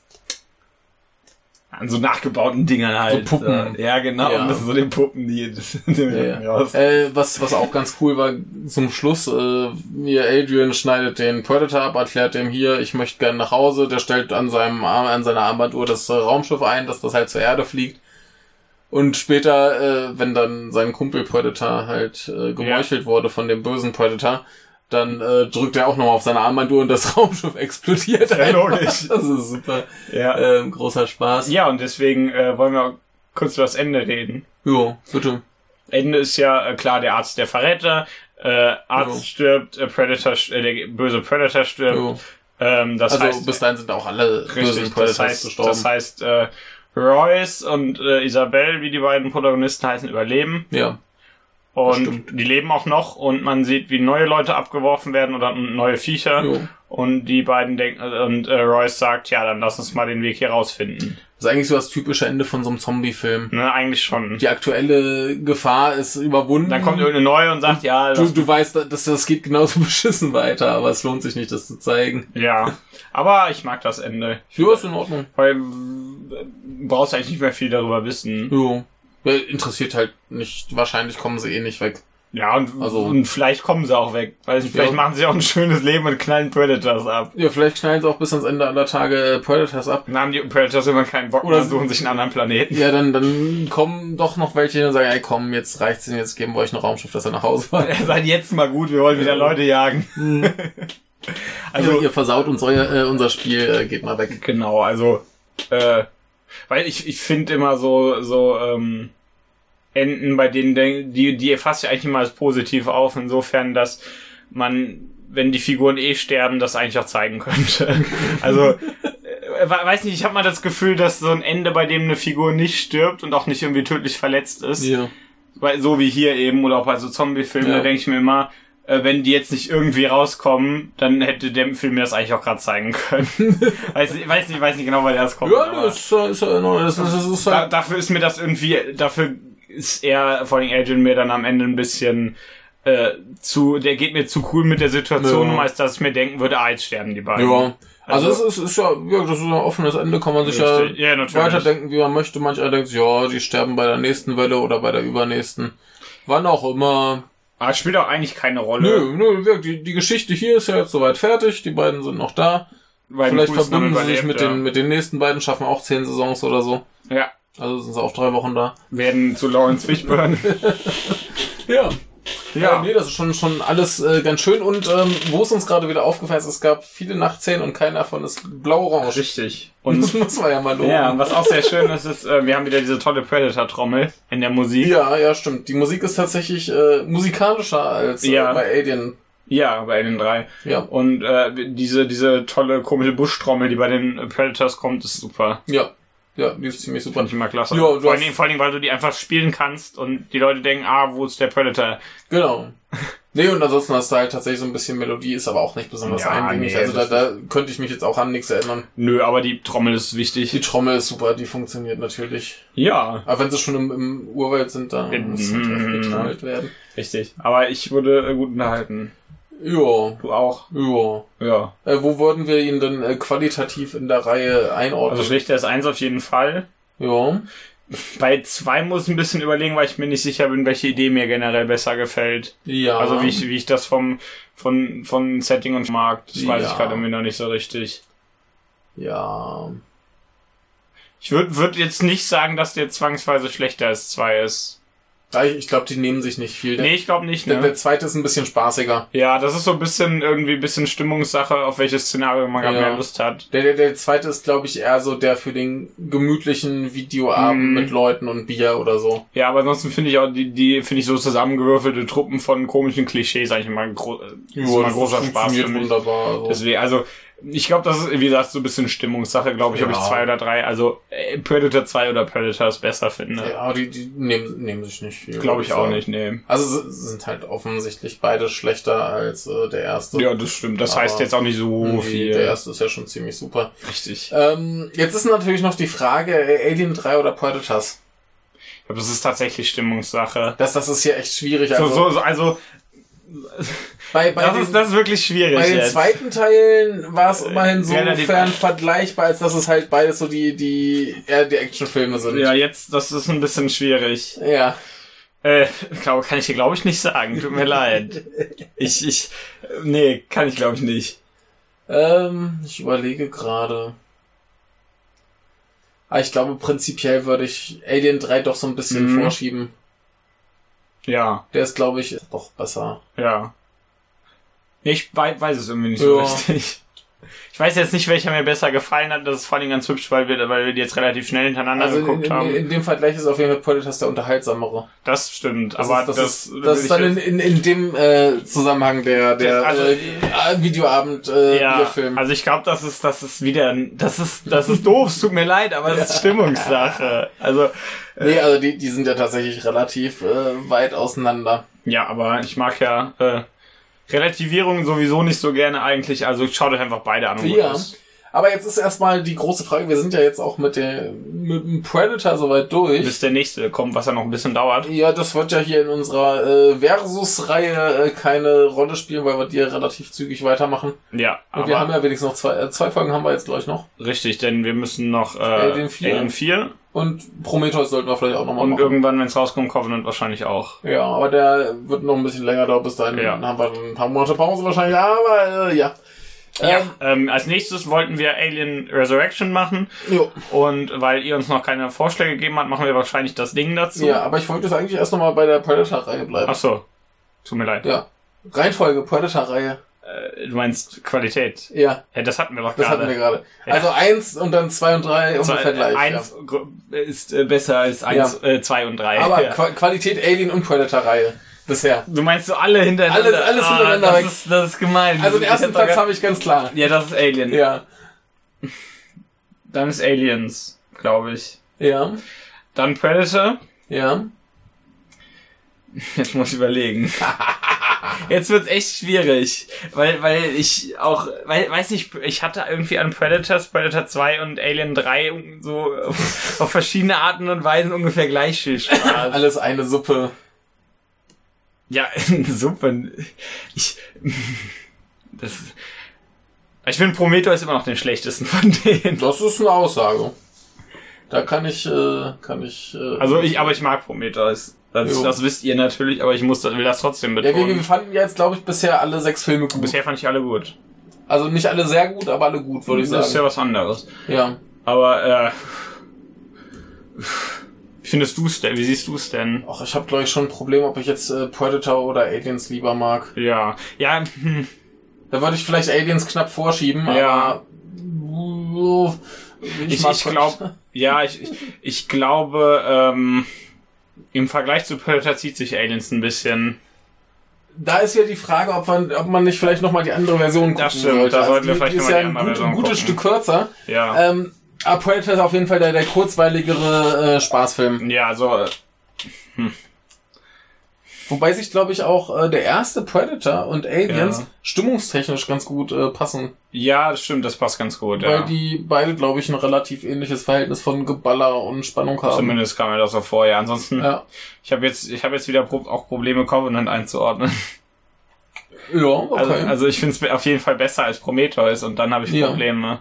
An so nachgebauten Dingern halt. Puppen. Äh, Ja, genau. Ja. Und das sind so den Puppen, die das, dem Ja, Rücken ja. raus. Äh, was, was auch ganz cool war, zum Schluss, äh, hier Adrian schneidet den Predator ab, erklärt dem hier, ich möchte gerne nach Hause, der stellt an seinem Arm, an seiner Armbanduhr das äh, Raumschiff ein, dass das halt zur Erde fliegt. Und später, äh, wenn dann sein Kumpel Predator halt äh, gemeuchelt wurde von dem bösen Predator, dann äh, drückt er auch nochmal auf seine Armbanduhr und das Raumschiff explodiert. Ja, einfach. logisch. Das ist super. Ja. Ähm, großer Spaß. ja, und deswegen äh, wollen wir kurz über das Ende reden. Jo, bitte. Ende ist ja äh, klar der Arzt der Verräter, äh, Arzt Jo. stirbt, äh, Predator, st- äh, der böse Predator stirbt. Jo. Ähm, das Also heißt, bis dahin sind auch alle bösen Richtig, das Predators heißt, gestorben. das heißt äh, Royce und äh, Isabel, wie die beiden Protagonisten heißen, überleben. ja. Und stimmt. die leben auch noch und man sieht, wie neue Leute abgeworfen werden oder neue Viecher. Jo. Und die beiden denken, und äh, Royce sagt, ja, dann lass uns mal den Weg hier rausfinden. Das ist eigentlich so das typische Ende von so einem Zombie-Film. Ne, eigentlich schon. Die aktuelle Gefahr ist überwunden. Dann kommt irgendeine neue und sagt, ja, du, lass, du weißt, dass das geht genauso beschissen weiter, aber es lohnt sich nicht, das zu zeigen. ja. Aber ich mag das Ende. Jo, ist in Ordnung. Weil äh, brauchst eigentlich nicht mehr viel darüber wissen. Jo. Ja, Interessiert halt nicht. Wahrscheinlich kommen sie eh nicht weg. Ja, und, Also- und vielleicht kommen sie auch weg. Weiß nicht, vielleicht Ja. machen sie auch ein schönes Leben und knallen Predators ab. Ja, vielleicht knallen sie auch bis ans Ende aller Tage Predators ab. Dann haben die Predators immer keinen Bock Oder mehr, suchen sich einen anderen Planeten. Ja, dann, dann kommen doch noch welche und sagen, ey komm, jetzt reicht's ihnen, jetzt geben wir euch ein Raumschiff, dass er nach Hause fahrt. Seid jetzt mal gut, wir wollen wieder Leute jagen. Also also, ihr versaut uns euer, äh, unser Spiel, äh, geht mal weg. genau, also, äh, weil ich, ich finde immer so, so, ähm, Enden, bei denen, denk- die, die fasst ja eigentlich immer als positiv auf, insofern, dass man, wenn die Figuren eh sterben, das eigentlich auch zeigen könnte. Also, äh, we- weiß nicht, ich habe mal das Gefühl, dass so ein Ende, bei dem eine Figur nicht stirbt und auch nicht irgendwie tödlich verletzt ist, Ja. weil so wie hier eben oder auch bei so Zombie-Filmen, Ja. da denke ich mir immer, äh, wenn die jetzt nicht irgendwie rauskommen, dann hätte der Film mir das eigentlich auch gerade zeigen können. weiß, nicht, weiß nicht, weiß nicht genau, weil das kommt. Ja, aber das ist, äh, ist, ist, ist, ist, ist da, halt dafür ist mir das irgendwie, dafür ist er, vor allem Agent mir dann am Ende ein bisschen äh, zu, der geht mir zu cool mit der Situation, Ja. um, als dass ich mir denken würde, ah, jetzt sterben die beiden. Ja. Also, Also- es ist, ist ja, ja, das ist ein offenes Ende, kann man sich ja, Richtig. Ja, natürlich. weiterdenken, wie man möchte. Manch einer denkt, sich, ja, die sterben bei der nächsten Welle oder bei der übernächsten. Wann auch immer. Aber es spielt auch eigentlich keine Rolle. Nö, nö, wirklich, die, die Geschichte hier ist ja jetzt soweit fertig, die beiden sind noch da. weil Vielleicht Coulson verbünden sie sich überlebt, mit, den, mit den nächsten beiden, schaffen auch zehn Saisons oder so. ja. ja, Also sind sie auch drei Wochen da. werden zu Lawrence Fishburne. Ja. Ja. nee, das ist schon, schon alles äh, ganz schön. Und ähm, wo es uns gerade wieder aufgefallen ist, es gab viele Nachtszenen und keiner davon ist blau-orange. Richtig. Und Und das muss man ja mal loben. Ja, und was auch sehr schön ist, ist, äh, wir haben wieder diese tolle Predator-Trommel in der Musik. Ja, ja, stimmt. Die Musik ist tatsächlich äh, musikalischer als äh, Ja. bei Alien. Ja, bei den drei. Ja, Und äh, diese, diese tolle, komische Buschtrommel, die bei den Predators kommt, ist super. ja, ja, die ist ziemlich super. Fand ich immer klasse. Ja, du vor, allen hast- Dingen, vor allen Dingen, weil du die einfach spielen kannst und die Leute denken, ah, wo ist der Predator? Genau. Nee, und ansonsten hast du halt tatsächlich so ein bisschen Melodie, ist aber auch nicht besonders Ja, eingängig. nee, also da, das da könnte ich mich jetzt auch an nichts erinnern. Nö, aber die Trommel ist wichtig. Die Trommel ist super, die funktioniert natürlich. Ja, Aber wenn sie schon im, im Urwald sind, dann Mhm. muss natürlich getrommelt werden. richtig. Aber ich wurde äh, gut unterhalten. Ja, Du auch? ja. Ja. Äh, wo würden wir ihn denn äh, qualitativ in der Reihe einordnen? Also schlichter ist eins auf jeden Fall. ja. Bei zwei muss ich ein bisschen überlegen, weil ich mir nicht sicher bin, welche Idee mir generell besser gefällt. Ja. Also wie ich, wie ich das vom, von, von Setting und Markt, das weiß Ja. ich gerade irgendwie noch nicht so richtig. Ja. Ich würde würd jetzt nicht sagen, dass der zwangsweise schlechter als zwei ist. Ah, Ich, ich glaube, die nehmen sich nicht viel. Der, Nee, ich glaube nicht, der, ne? der zweite ist ein bisschen spaßiger. Ja, das ist so ein bisschen irgendwie ein bisschen Stimmungssache, auf welches Szenario man gerade Ja. mehr Lust hat. Der, der, der zweite ist, glaube ich, eher so der für den gemütlichen Videoabend Mhm. mit Leuten und Bier oder so. Ja, aber ansonsten finde ich auch die, die finde ich so zusammengewürfelte Truppen von komischen Klischees eigentlich mal ein gro äh, ist immer ein großer Spaß für mich. wunderbar. Also. Deswegen, also ich glaube, das ist, wie gesagt, so ein bisschen Stimmungssache, glaube ich, ob ich Ja. zwei oder drei, also äh, Predator 2 oder Predator ist besser finde. Ja, die, die nehmen, nehmen sich nicht viel. glaube würd äh, ich auch sagen. nicht, nee. Also s- sind halt offensichtlich beide schlechter als äh, der erste. Ja, das stimmt. Das Aber heißt jetzt auch nicht so Irgendwie, Der viel. erste ist ja schon ziemlich super. Richtig. Ähm, jetzt ist natürlich noch die Frage, äh, Alien 3 oder Predators? Ich glaube, das ist tatsächlich Stimmungssache. Das, das ist hier echt schwierig. Also so, so, so, also, bei, bei das den, ist, das Äh, ist wirklich schwierig. bei den jetzt. zweiten Teilen war es immerhin so relativ- fern vergleichbar, als dass es halt beides so die, die, eher die Actionfilme sind. Ja, jetzt, das ist ein bisschen schwierig. ja. Äh, glaube, kann ich dir, glaube ich, nicht sagen. Tut mir leid. Ich, ich, äh, nee, kann ich, glaube ich, nicht. Ähm, ich überlege gerade. Ah, ich glaube, prinzipiell würde ich Alien 3 doch so ein bisschen Mhm. vorschieben. Ja, Der ist, glaube ich, doch besser. ja. Nee, Ich wei- weiß es irgendwie nicht so Ja. richtig. Ich weiß jetzt nicht, welcher mir besser gefallen hat. Das ist vor allem ganz hübsch, weil wir, weil wir die jetzt relativ schnell hintereinander Also in, geguckt in, haben. in dem Vergleich ist auf jeden Fall Predators der unterhaltsamere. das stimmt, Das aber ist, das, ist, will das ist ich dann jetzt- in, in, in dem äh, Zusammenhang der, der Das- also- äh, Videoabend äh, Ja, Bierfilm. also ich glaube, das ist, das ist wieder, ein- das ist, das ist doof, es tut mir leid, aber es ist Stimmungssache. Also, nee, also die, die sind ja tatsächlich relativ äh, weit auseinander. ja, aber ich mag ja äh, Relativierungen sowieso nicht so gerne eigentlich, also schaut euch einfach beide an. und gut Ja. ist. Aber jetzt ist erstmal die große Frage, wir sind ja jetzt auch mit, der, mit dem Predator soweit durch. Bis der nächste kommt, was ja noch ein bisschen dauert. Ja, das wird ja hier in unserer äh, Versus-Reihe äh, keine Rolle spielen, weil wir die ja relativ zügig weitermachen. Ja, Und wir haben aber ja wenigstens noch zwei, äh, zwei Folgen haben wir jetzt gleich noch. richtig, denn wir müssen noch äh, Alien Alien 4, vier. Und Prometheus sollten wir vielleicht auch nochmal und machen. irgendwann, wenn es rauskommt, Covenant wahrscheinlich auch. Ja, aber der wird noch ein bisschen länger dauern, bis dahin Ja. haben wir ein paar Monate Pause wahrscheinlich, aber äh, ja. ja, ähm, als nächstes wollten wir Alien Resurrection machen Ähm, jo. und weil ihr uns noch keine Vorschläge gegeben habt, machen wir wahrscheinlich das Ding dazu. ja, aber ich wollte jetzt eigentlich erst nochmal bei der Predator-Reihe bleiben. Ach so. Tut mir leid. Ja. Reihenfolge, Predator-Reihe. Äh, Du meinst Qualität. Ja, Ja, das hatten wir doch das gerade. hatten wir gerade. Also eins und dann zwei und drei Zwei- ungefähr gleich. äh, eins gr- ist äh, besser als eins, äh, zwei und drei. ja. Aber ja. Qua- Qualität Alien und Predator-Reihe bisher. Du meinst so alle hintereinander. Ah, Alles- alles hintereinander Das weg. ist, das ist gemein. Also den Ich ersten hab doch Platz gar- habe ich ganz klar. Ja, das ist Alien. Ja. Dann ist Aliens, glaube ich. Ja. Dann Predator. Ja. Jetzt muss ich überlegen. Jetzt wird's echt schwierig, weil weil ich auch weil weiß nicht, ich hatte irgendwie an Predators, Predator 2 und Alien 3 so auf verschiedene Arten und Weisen ungefähr gleich viel Spaß. Alles eine Suppe. Ja, super. Ich. Das. Ich finde Prometheus immer noch den schlechtesten von denen. Das ist eine Aussage. Da kann ich, äh, kann ich. Äh, Also ich, aber ich mag Prometheus. Das, Jo. das wisst ihr natürlich, aber ich muss, will das trotzdem ja, wir, wir betonen. fanden jetzt, glaube ich, bisher alle sechs Filme gut. Bisher fand ich alle gut. Also nicht alle sehr gut, aber alle gut, würde ich Das ist ja sagen. was anderes. Ja. Aber äh, Wie findest du es denn? Wie siehst du es denn? Ach, ich habe glaube ich schon ein Problem, ob ich jetzt äh, Predator oder Aliens lieber mag. Ja. Ja, hm, Da würde ich vielleicht Aliens knapp vorschieben, Ja. aber Uff, ich, mag ich Predator. glaube, ja, ich, ich, ich glaube, ähm, im Vergleich zu Predator zieht sich Aliens ein bisschen. Da ist ja die Frage, ob man, ob man nicht vielleicht nochmal die andere Version gucken Das stimmt, sollte. Also da sollten wir vielleicht die ist noch mal ja ein die andere gut, Version ein gutes gucken. Stück kürzer. Ja. Ähm, aber Predator ist auf jeden Fall der, der kurzweiligere äh, Spaßfilm. Ja, also, äh, Wobei sich, glaube ich, auch äh, der erste Predator und Aliens Ja. stimmungstechnisch ganz gut äh, passen. ja, das stimmt, das passt ganz gut. Weil Ja. die beide, glaube ich, ein relativ ähnliches Verhältnis von Geballer und Spannung haben. Zumindest kam mir das auch vor, ja. Ansonsten, Ja. ich habe jetzt, ich habe jetzt wieder Pro auch Probleme, Covenant einzuordnen. ja, okay. Also, also ich finde es auf jeden Fall besser als Prometheus und dann habe ich Ja. Probleme.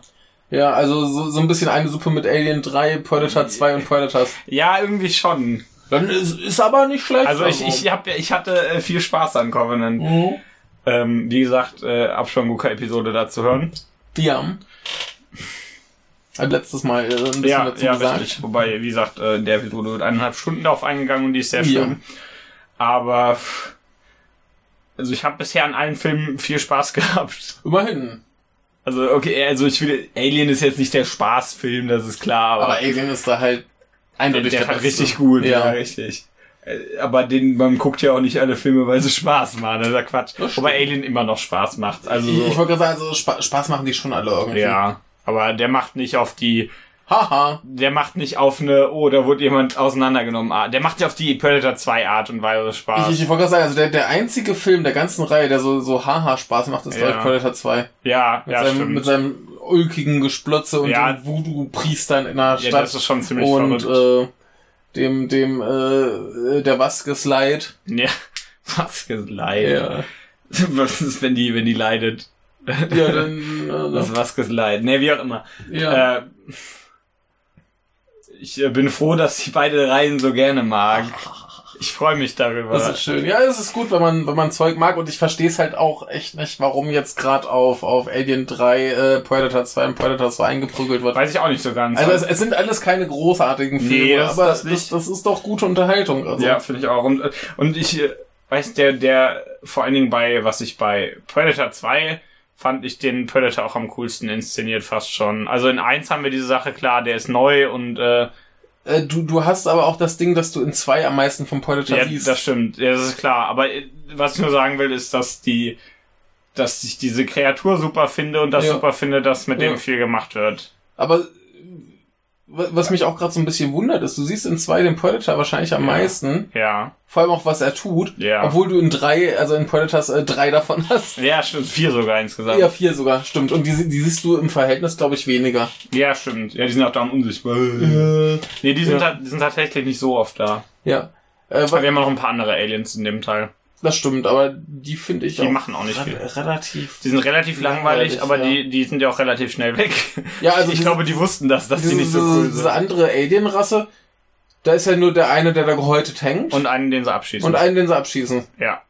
ja, also so, so ein bisschen eine Suppe mit Alien 3, Predator 2 und Predators. Ja, irgendwie schon. Dann ist, ist aber nicht schlecht. Also ich, ich, hab, ich hatte äh, viel Spaß an Covenant. Mhm. Ähm, wie gesagt, äh, ab schon guter Episode dazu hören. Ja. Hab letztes Mal äh, ein bisschen Ja, dazu ja, gesagt. richtig. Wobei, wie gesagt, äh, in der Episode wird eineinhalb Stunden darauf eingegangen und die ist sehr Ja. schön. Aber pff, also ich habe bisher an allen Filmen viel Spaß gehabt. Immerhin. Also okay, also ich will Alien ist jetzt nicht der Spaßfilm, das ist klar, aber, Aber Alien ist da halt der, eindeutig der ist halt Beste. richtig gut, ja, Ja. richtig. Äh, Aber den, man guckt ja auch nicht alle Filme, weil sie Spaß machen. Das ist ja Quatsch. Das stimmt. Wobei Alien immer noch Spaß macht. Also Ich, ich so, wollte gerade sagen, also Spa Spaß machen die schon alle irgendwie. ja. Aber der macht nicht auf die Haha. der macht nicht auf eine, oh, da wurde jemand auseinandergenommen. Art. Der macht ja auf die Predator 2 Art und Weise Spaß. Ich, ich wollte gerade sagen, also der, der einzige Film der ganzen Reihe, der so, so haha Spaß macht, ist Ja. ja. ich Predator 2. ja, Mit, ja, seinem, mit stimmt. seinem ulkigen Gesplötze und Ja. den Voodoo-Priestern in der Ja, Stadt. das ist schon ziemlich und verrückt. äh, dem, dem, äh, der Vasquez Light. ja, was leid. äh, Ja, Was ist, wenn die, wenn die leidet? ja dann, äh, Das Vasquez leid. Ne, wie auch immer. ja. Äh, ich äh, bin froh, dass ich beide Reihen so gerne mag. Ich freue mich darüber. Das ist schön. Ja, es ist gut, wenn man, wenn man Zeug mag. Und ich verstehe es halt auch echt nicht, warum jetzt gerade auf, auf Alien 3, äh, Predator 2 und Predator 2 eingeprügelt wird. Weiß ich auch nicht so ganz. Also es, es sind alles keine großartigen Nee, Filme, das ist aber das das, nicht. Das, ist doch gute Unterhaltung. Also, Ja, finde ich auch. Und, und ich äh, weiß, der, der, vor allen Dingen bei, was ich bei Predator 2 fand ich den Predator auch am coolsten inszeniert fast schon. Also in 1 haben wir diese Sache klar, der ist neu und äh, äh, du, du hast aber auch das Ding, dass du in zwei am meisten vom Predator ja, siehst. das stimmt, ja, das ist klar. Aber äh, was ich nur sagen will, ist, dass die, dass ich diese Kreatur super finde und das Ja. super finde, dass mit Ja. dem viel gemacht wird. aber äh, wa- was mich auch gerade so ein bisschen wundert, ist, du siehst in zwei den Predator wahrscheinlich am Ja. meisten, Ja. vor allem auch was er tut, Ja. obwohl du in drei, also in Predators äh, drei davon hast. Ja, stimmt, vier sogar insgesamt. Ja, Ja, vier sogar, stimmt. Und die, si- die siehst du im Verhältnis, glaube ich, weniger. stimmt. Ja, die sind auch da am unsichtbar. Äh, Nee, die sind, Ja. ta- die sind tatsächlich nicht so oft da. ja. Äh, Aber wa- wir haben auch noch ein paar andere Aliens in dem Teil. das stimmt, aber die finde ich Die auch machen auch nicht re- viel. relativ. Die sind relativ langweilig, Langweilig, aber ja. die, die sind ja auch relativ schnell weg. Ja, also ich diese- glaube, die wussten das, dass die diese, nicht so diese- cool diese sind. andere Alien-Rasse, da ist ja nur der eine, der da gehäutet hängt und, Und einen, den sie abschießen. einen, den sie abschießen. ja.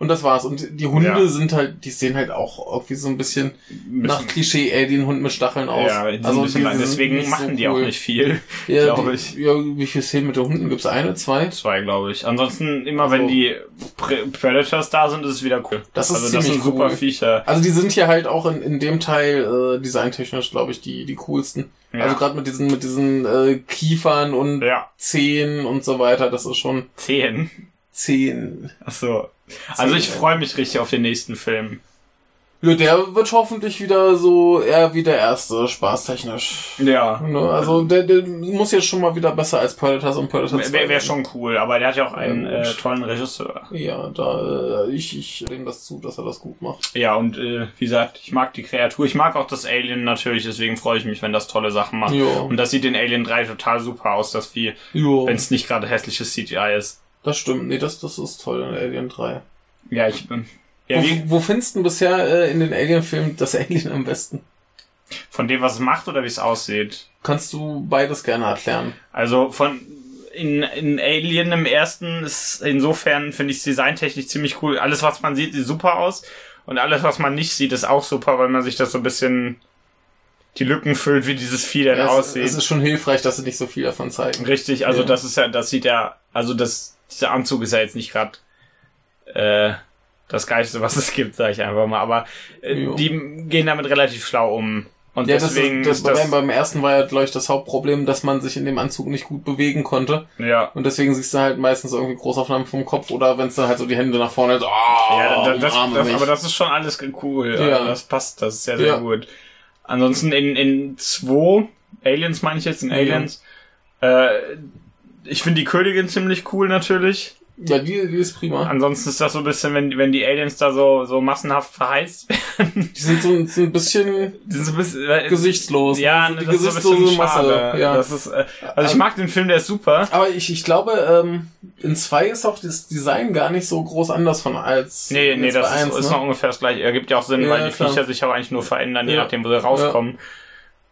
Und das war's. Und die Hunde Ja. sind halt, die sehen halt auch irgendwie so ein bisschen nach Bisschen- Klischee-Alien-Hund mit Stacheln aus. ja, die also bisschen die lang. sind Deswegen nicht so machen die auch cool. nicht viel, ja, glaube die- ich. Ja, wie viele Szenen mit den Hunden gibt's? Eine, zwei? Zwei, glaube ich. Ansonsten, immer Also- wenn die Pre Predators da sind, ist es wieder cool. Das ist also, das sind ziemlich super cool. Viecher. Also die sind hier halt auch in, in dem Teil äh, designtechnisch, glaube ich, die die coolsten. Ja. Also gerade mit diesen mit diesen äh, Kiefern und Ja. Zehen und so weiter, das ist schon Zehn. Zehen. Ach so. Also, ich Zehn. freue mich richtig auf den nächsten Film. Ja, der wird hoffentlich wieder so eher wie der erste, spaßtechnisch. Ja. Ne? Also der, der muss jetzt schon mal wieder besser als Predators und Predators Wäre 2 wär werden. schon cool, aber der hat ja auch einen Ja, äh, gut. tollen Regisseur. Ja, da äh, ich, ich dem das zu, dass er das gut macht. Ja, und äh, wie gesagt, ich mag die Kreatur. Ich mag auch das Alien natürlich, deswegen freue ich mich, wenn das tolle Sachen macht. Ja, Ah. Und das sieht in Alien 3 total super aus, das Vieh, wenn ja. es nicht gerade hässliches CGI ist. das stimmt. Nee, das, das ist toll in Alien 3. Ja, ich bin. Ja, wie, wo, wo findest du bisher äh, in den Alien-Filmen das Alien am besten? von dem, was es macht oder wie es aussieht. Kannst du beides gerne erklären? Also von in, in Alien im ersten ist insofern finde ich designtechnisch ziemlich cool. Alles, was man sieht, sieht super aus. Und alles, was man nicht sieht, ist auch super, weil man sich das so ein bisschen die Lücken füllt, wie dieses Vieh dann Ja, es, aussieht. es ist schon hilfreich, dass sie nicht so viel davon zeigen. Richtig, also Ja. das ist ja, das sieht ja, also das, dieser Anzug ist ja jetzt nicht gerade äh, das Geilste, was es gibt, sage ich einfach mal. Aber äh, Jo. die gehen damit relativ schlau um. Und Ja, deswegen das ist, das, ist das. beim, beim ersten war ja, glaube ich, das Hauptproblem, dass man sich in dem Anzug nicht gut bewegen konnte. Ja. Und deswegen siehst du halt meistens irgendwie Großaufnahmen vom Kopf oder wenn es dann halt so die Hände nach vorne, so, ah, Ja, da- das, umarme das, mich. aber das ist schon alles ge- cool. Ja. Ja. Also das passt, das ist sehr, sehr Ja. gut. Ansonsten in, in zwei Aliens meine ich jetzt, in Ja. Aliens. Äh, ich finde die Königin ziemlich cool natürlich. ja, die, die ist prima. Ansonsten ist das so ein bisschen, wenn, wenn die Aliens da so, so massenhaft verheizt werden. Die sind so ein, so ein bisschen Das ist so ein bisschen, äh, gesichtslos. ja, so das die ist so ein bisschen gesichtslose Masse. schade. Ja. Das ist, äh, also ich mag den Film, der ist super. aber ich, ich glaube, ähm, in zwei ist auch das Design gar nicht so groß anders von als Nee, nee, als das bei ist, eins, ist ne? noch ungefähr das gleiche. Ergibt ja auch Sinn, Ja, weil die klar. Viecher sich auch eigentlich nur verändern, je Ja. nachdem, wo sie rauskommen.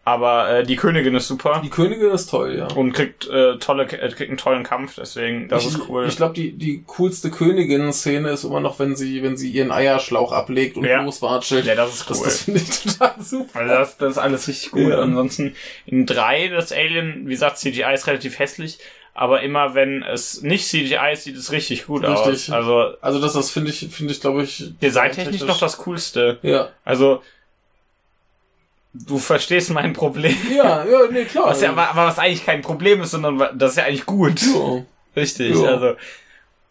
Aber äh, die Königin ist super Die Königin ist toll, ja. und kriegt, äh, tolle, äh, kriegt einen tollen Kampf, deswegen, das ich, ist cool. Ich glaube, die, die coolste Königin-Szene ist immer noch, wenn sie, wenn sie ihren Eierschlauch ablegt und Ja. loswatschelt. ja, das ist cool. Das, das finde ich total super. Also das, das ist alles richtig gut. Ja. Ansonsten in drei das Alien, wie gesagt, CGI ist relativ hässlich, aber immer wenn es nicht CGI ist, sieht es richtig gut aus. Richtig. Also Also das, das finde ich, finde ich, glaube ich. designtechnisch noch das Coolste. Ja. Also du verstehst mein Problem. Ja, ja, nee, klar. Was ja aber, aber was eigentlich kein Problem ist, sondern wa- das ist ja eigentlich gut. Ja. Richtig. Ja. Also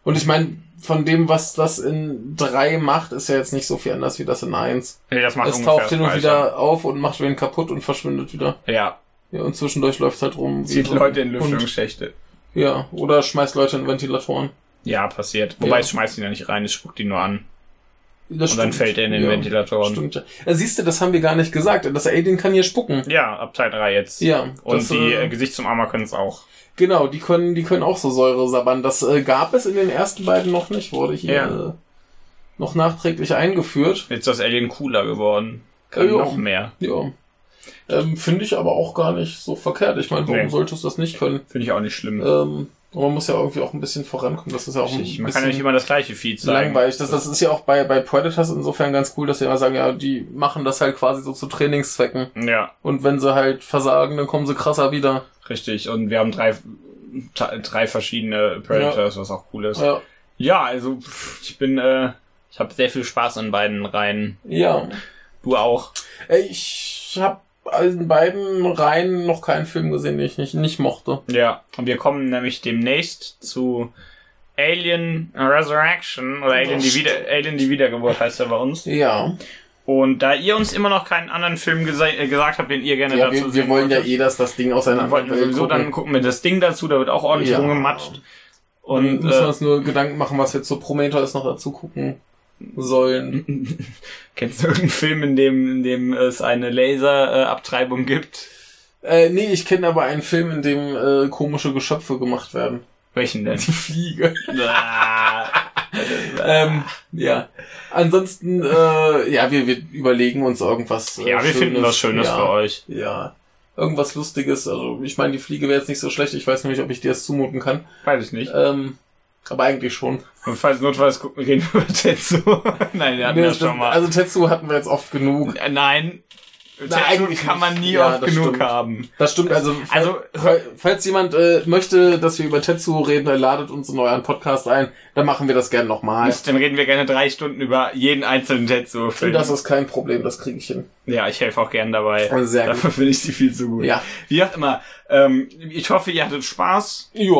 Und ich meine, von dem, was das in drei macht, ist ja jetzt nicht so viel anders wie das in eins. nee, das macht Es ungefähr taucht das hin und Gleiche. wieder auf und macht wen kaputt und verschwindet wieder. Ja, Ja, und zwischendurch läuft halt rum. wie zieht so ein Leute in Hund. Lüftungsschächte. Ja, oder schmeißt Leute in Ventilatoren. Ja, passiert. Wobei Ja. es schmeißt ihn ja nicht rein, es spuckt ihn nur an. Das Und dann stimmt. fällt er in den ja. Ventilatoren. Stimmt ja. Äh, Siehst du, das haben wir gar nicht gesagt. Das Alien kann hier spucken. Ja, ab Teil 3 jetzt. Ja. Und das, die äh, äh, Gesichtsumarmer können es auch. genau, die können, die können auch so Säure sabbern. Das äh, gab es in den ersten beiden noch nicht, wurde hier Ja. äh, noch nachträglich eingeführt. Jetzt ist das Alien cooler geworden. Kann Ja. noch mehr. Ja. Ähm, Finde ich aber auch gar nicht so verkehrt. Ich meine, warum Nee. Hm. solltest du das nicht können? Finde ich auch nicht schlimm. Ähm, und man muss ja irgendwie auch ein bisschen vorankommen. Das ist ja auch ein Richtig. Man kann ja nicht bisschen immer das gleiche Feed sagen. langweilig. Das, das ist ja auch bei, bei Predators insofern ganz cool, dass sie immer sagen, ja, die machen das halt quasi so zu Trainingszwecken. Ja, Und wenn sie halt versagen, dann kommen sie krasser wieder. richtig. Und wir haben drei, ta- drei verschiedene Predators, was auch cool ist. Ja. Ja, also pff, ich bin, äh, ich habe sehr viel Spaß an beiden Reihen. ja. Du auch. Ey, Ich habe in beiden Reihen noch keinen Film gesehen, den ich nicht, nicht mochte. Ja. Und wir kommen nämlich demnächst zu Alien Resurrection oder Alien die, Wieder Alien die Wiedergeburt heißt er bei uns. Ja. Und da ihr uns immer noch keinen anderen Film gesa äh, gesagt habt, den ihr gerne ja dazu wir, wir wollen ja eh, dass das Ding Dann auseinander wollten wir sowieso, dann gucken wir das Ding dazu, da wird auch ordentlich Ja. rumgematscht. Und Und müssen wir äh, uns nur Gedanken machen, was wir zu Prometheus noch dazu gucken sollen. kennst du irgendeinen Film, in dem, in dem es eine Laserabtreibung äh, Abtreibung gibt? Äh, nee, ich kenne aber einen Film, in dem äh, komische Geschöpfe gemacht werden. Welchen denn? Fliege. Ah, ähm, ja. Ansonsten, äh, ja, wir, wir überlegen uns irgendwas. äh, ja, wir finden was Schönes ja, für euch. Ja. Irgendwas Lustiges. Also, ich meine, die Fliege wäre jetzt nicht so schlecht. Ich weiß nämlich, ob ich dir das zumuten kann. Weiß ich nicht. Ähm, aber eigentlich schon. Und falls notfalls gucken, reden wir über Tetsu. Nein, wir hatten Nee, das stimmt. schon mal. Also, Tetsu hatten wir jetzt oft genug. Äh, Nein. Tetsu eigentlich kann man nicht. nie Ja, oft das genug stimmt. haben. Das stimmt, also, Also, fall- falls jemand äh, möchte, dass wir über Tetsu reden, dann ladet uns in euren Podcast ein. Dann machen wir das gern nochmal. dann reden wir gerne drei Stunden über jeden einzelnen Tetsu-Film. Das ist kein Problem, das kriege ich hin. Ja, ich helfe auch gern dabei. Sehr gut. Dafür finde ich sie viel zu gut. Ja. Wie auch immer, ähm, ich hoffe, ihr hattet Spaß. Ja,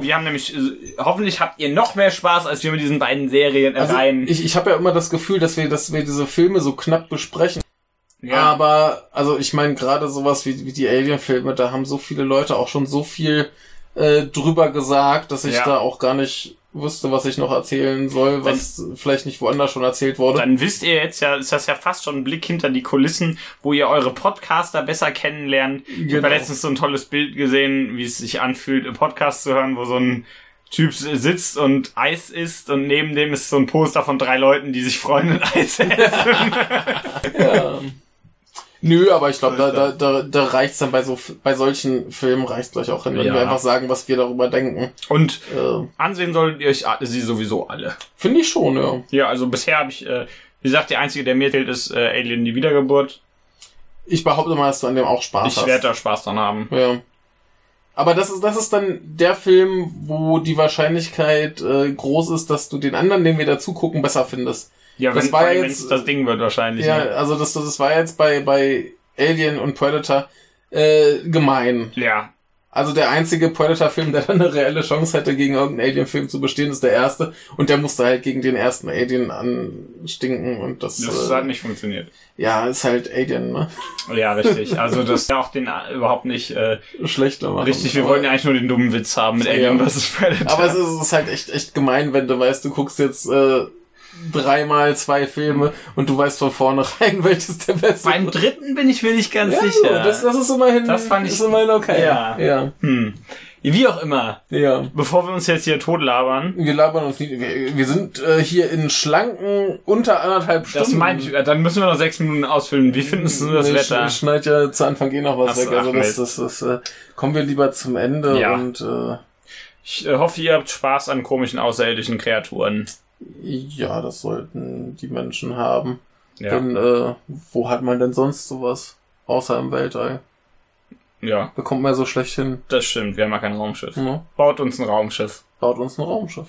Wir haben nämlich, äh, hoffentlich habt ihr noch mehr Spaß, als wir mit diesen beiden Serien Also rein. ich, ich habe ja immer das Gefühl, dass wir, dass wir diese Filme so knapp besprechen. ja, Aber, also ich meine, gerade sowas wie, wie die Alien-Filme, da haben so viele Leute auch schon so viel äh, drüber gesagt, dass ich Ja. da auch gar nicht wüsste, was ich noch erzählen soll, was vielleicht nicht woanders schon erzählt wurde. dann wisst ihr jetzt ja, ist das ja fast schon ein Blick hinter die Kulissen, wo ihr eure Podcaster besser kennenlernt. Ich habe Genau. ja letztens so ein tolles Bild gesehen, wie es sich anfühlt, einen Podcast zu hören, wo so ein Typ sitzt und Eis isst und neben dem ist so ein Poster von drei Leuten, die sich freuen und Eis essen. ja. Nö, aber ich glaube, da, da, da, da reicht's dann bei so bei solchen Filmen reicht's gleich auch hin, wenn Ja. wir einfach sagen, was wir darüber denken. und Äh, ansehen solltet ihr euch a- sie sowieso alle. Finde ich schon, ja. Ja, also bisher habe ich, äh, wie gesagt, der einzige, der mir fehlt, ist äh, Alien die Wiedergeburt. Ich behaupte mal, dass du an dem auch Spaß Ich hast. werde da Spaß dran haben. Ja. Aber das ist, das ist dann der Film, wo die Wahrscheinlichkeit äh, groß ist, dass du den anderen, den wir da zugucken, besser findest. Ja, Das wenn war vor allem, jetzt- wenn's das Ding wird wahrscheinlich. Ja, ne? also das, das war jetzt bei, bei Alien und Predator äh, gemein. ja. Also der einzige Predator-Film, der dann eine reelle Chance hätte, gegen irgendeinen Alien-Film zu bestehen, ist der erste. Und der musste halt gegen den ersten Alien anstinken und das, das äh, hat nicht funktioniert. ja, ist halt Alien, ne? Ja, richtig. Also das ist ja auch den äh, überhaupt nicht äh, Schlechter machen. richtig. Wir Aber- wollten ja eigentlich nur den dummen Witz haben mit Ja. Alien vs. Predator. Aber es ist, es ist halt echt, echt gemein, wenn du weißt, du guckst jetzt äh, dreimal zwei Filme und du weißt von vornherein, welches der beste Beim dritten bin ich mir nicht ganz ja, sicher. Das, das ist immerhin, Das fand ich- ist immerhin okay. Ja. ja. hm. Wie auch immer, ja. bevor wir uns jetzt hier totlabern, Wir labern uns nicht. Wir, wir sind äh, hier in schlanken unter anderthalb Stunden. das meinte ich, äh, dann müssen wir noch sechs Minuten ausfüllen. Wie findest du das Nee, Wetter? Hm, Ich schneid ja zu Anfang eh noch was Ach so, weg. Also ach, das, das, das, Mist. äh, kommen wir lieber zum Ende Ja. und äh, Ich äh, hoffe, ihr habt Spaß an komischen außerirdischen Kreaturen. ja, das sollten die Menschen haben. Ja, Denn äh, wo hat man denn sonst sowas? Außer im Weltall. ja Da kommt man ja so schlecht hin. das stimmt. Wir haben ja kein Raumschiff. Ne? Baut uns ein Raumschiff. Baut uns ein Raumschiff.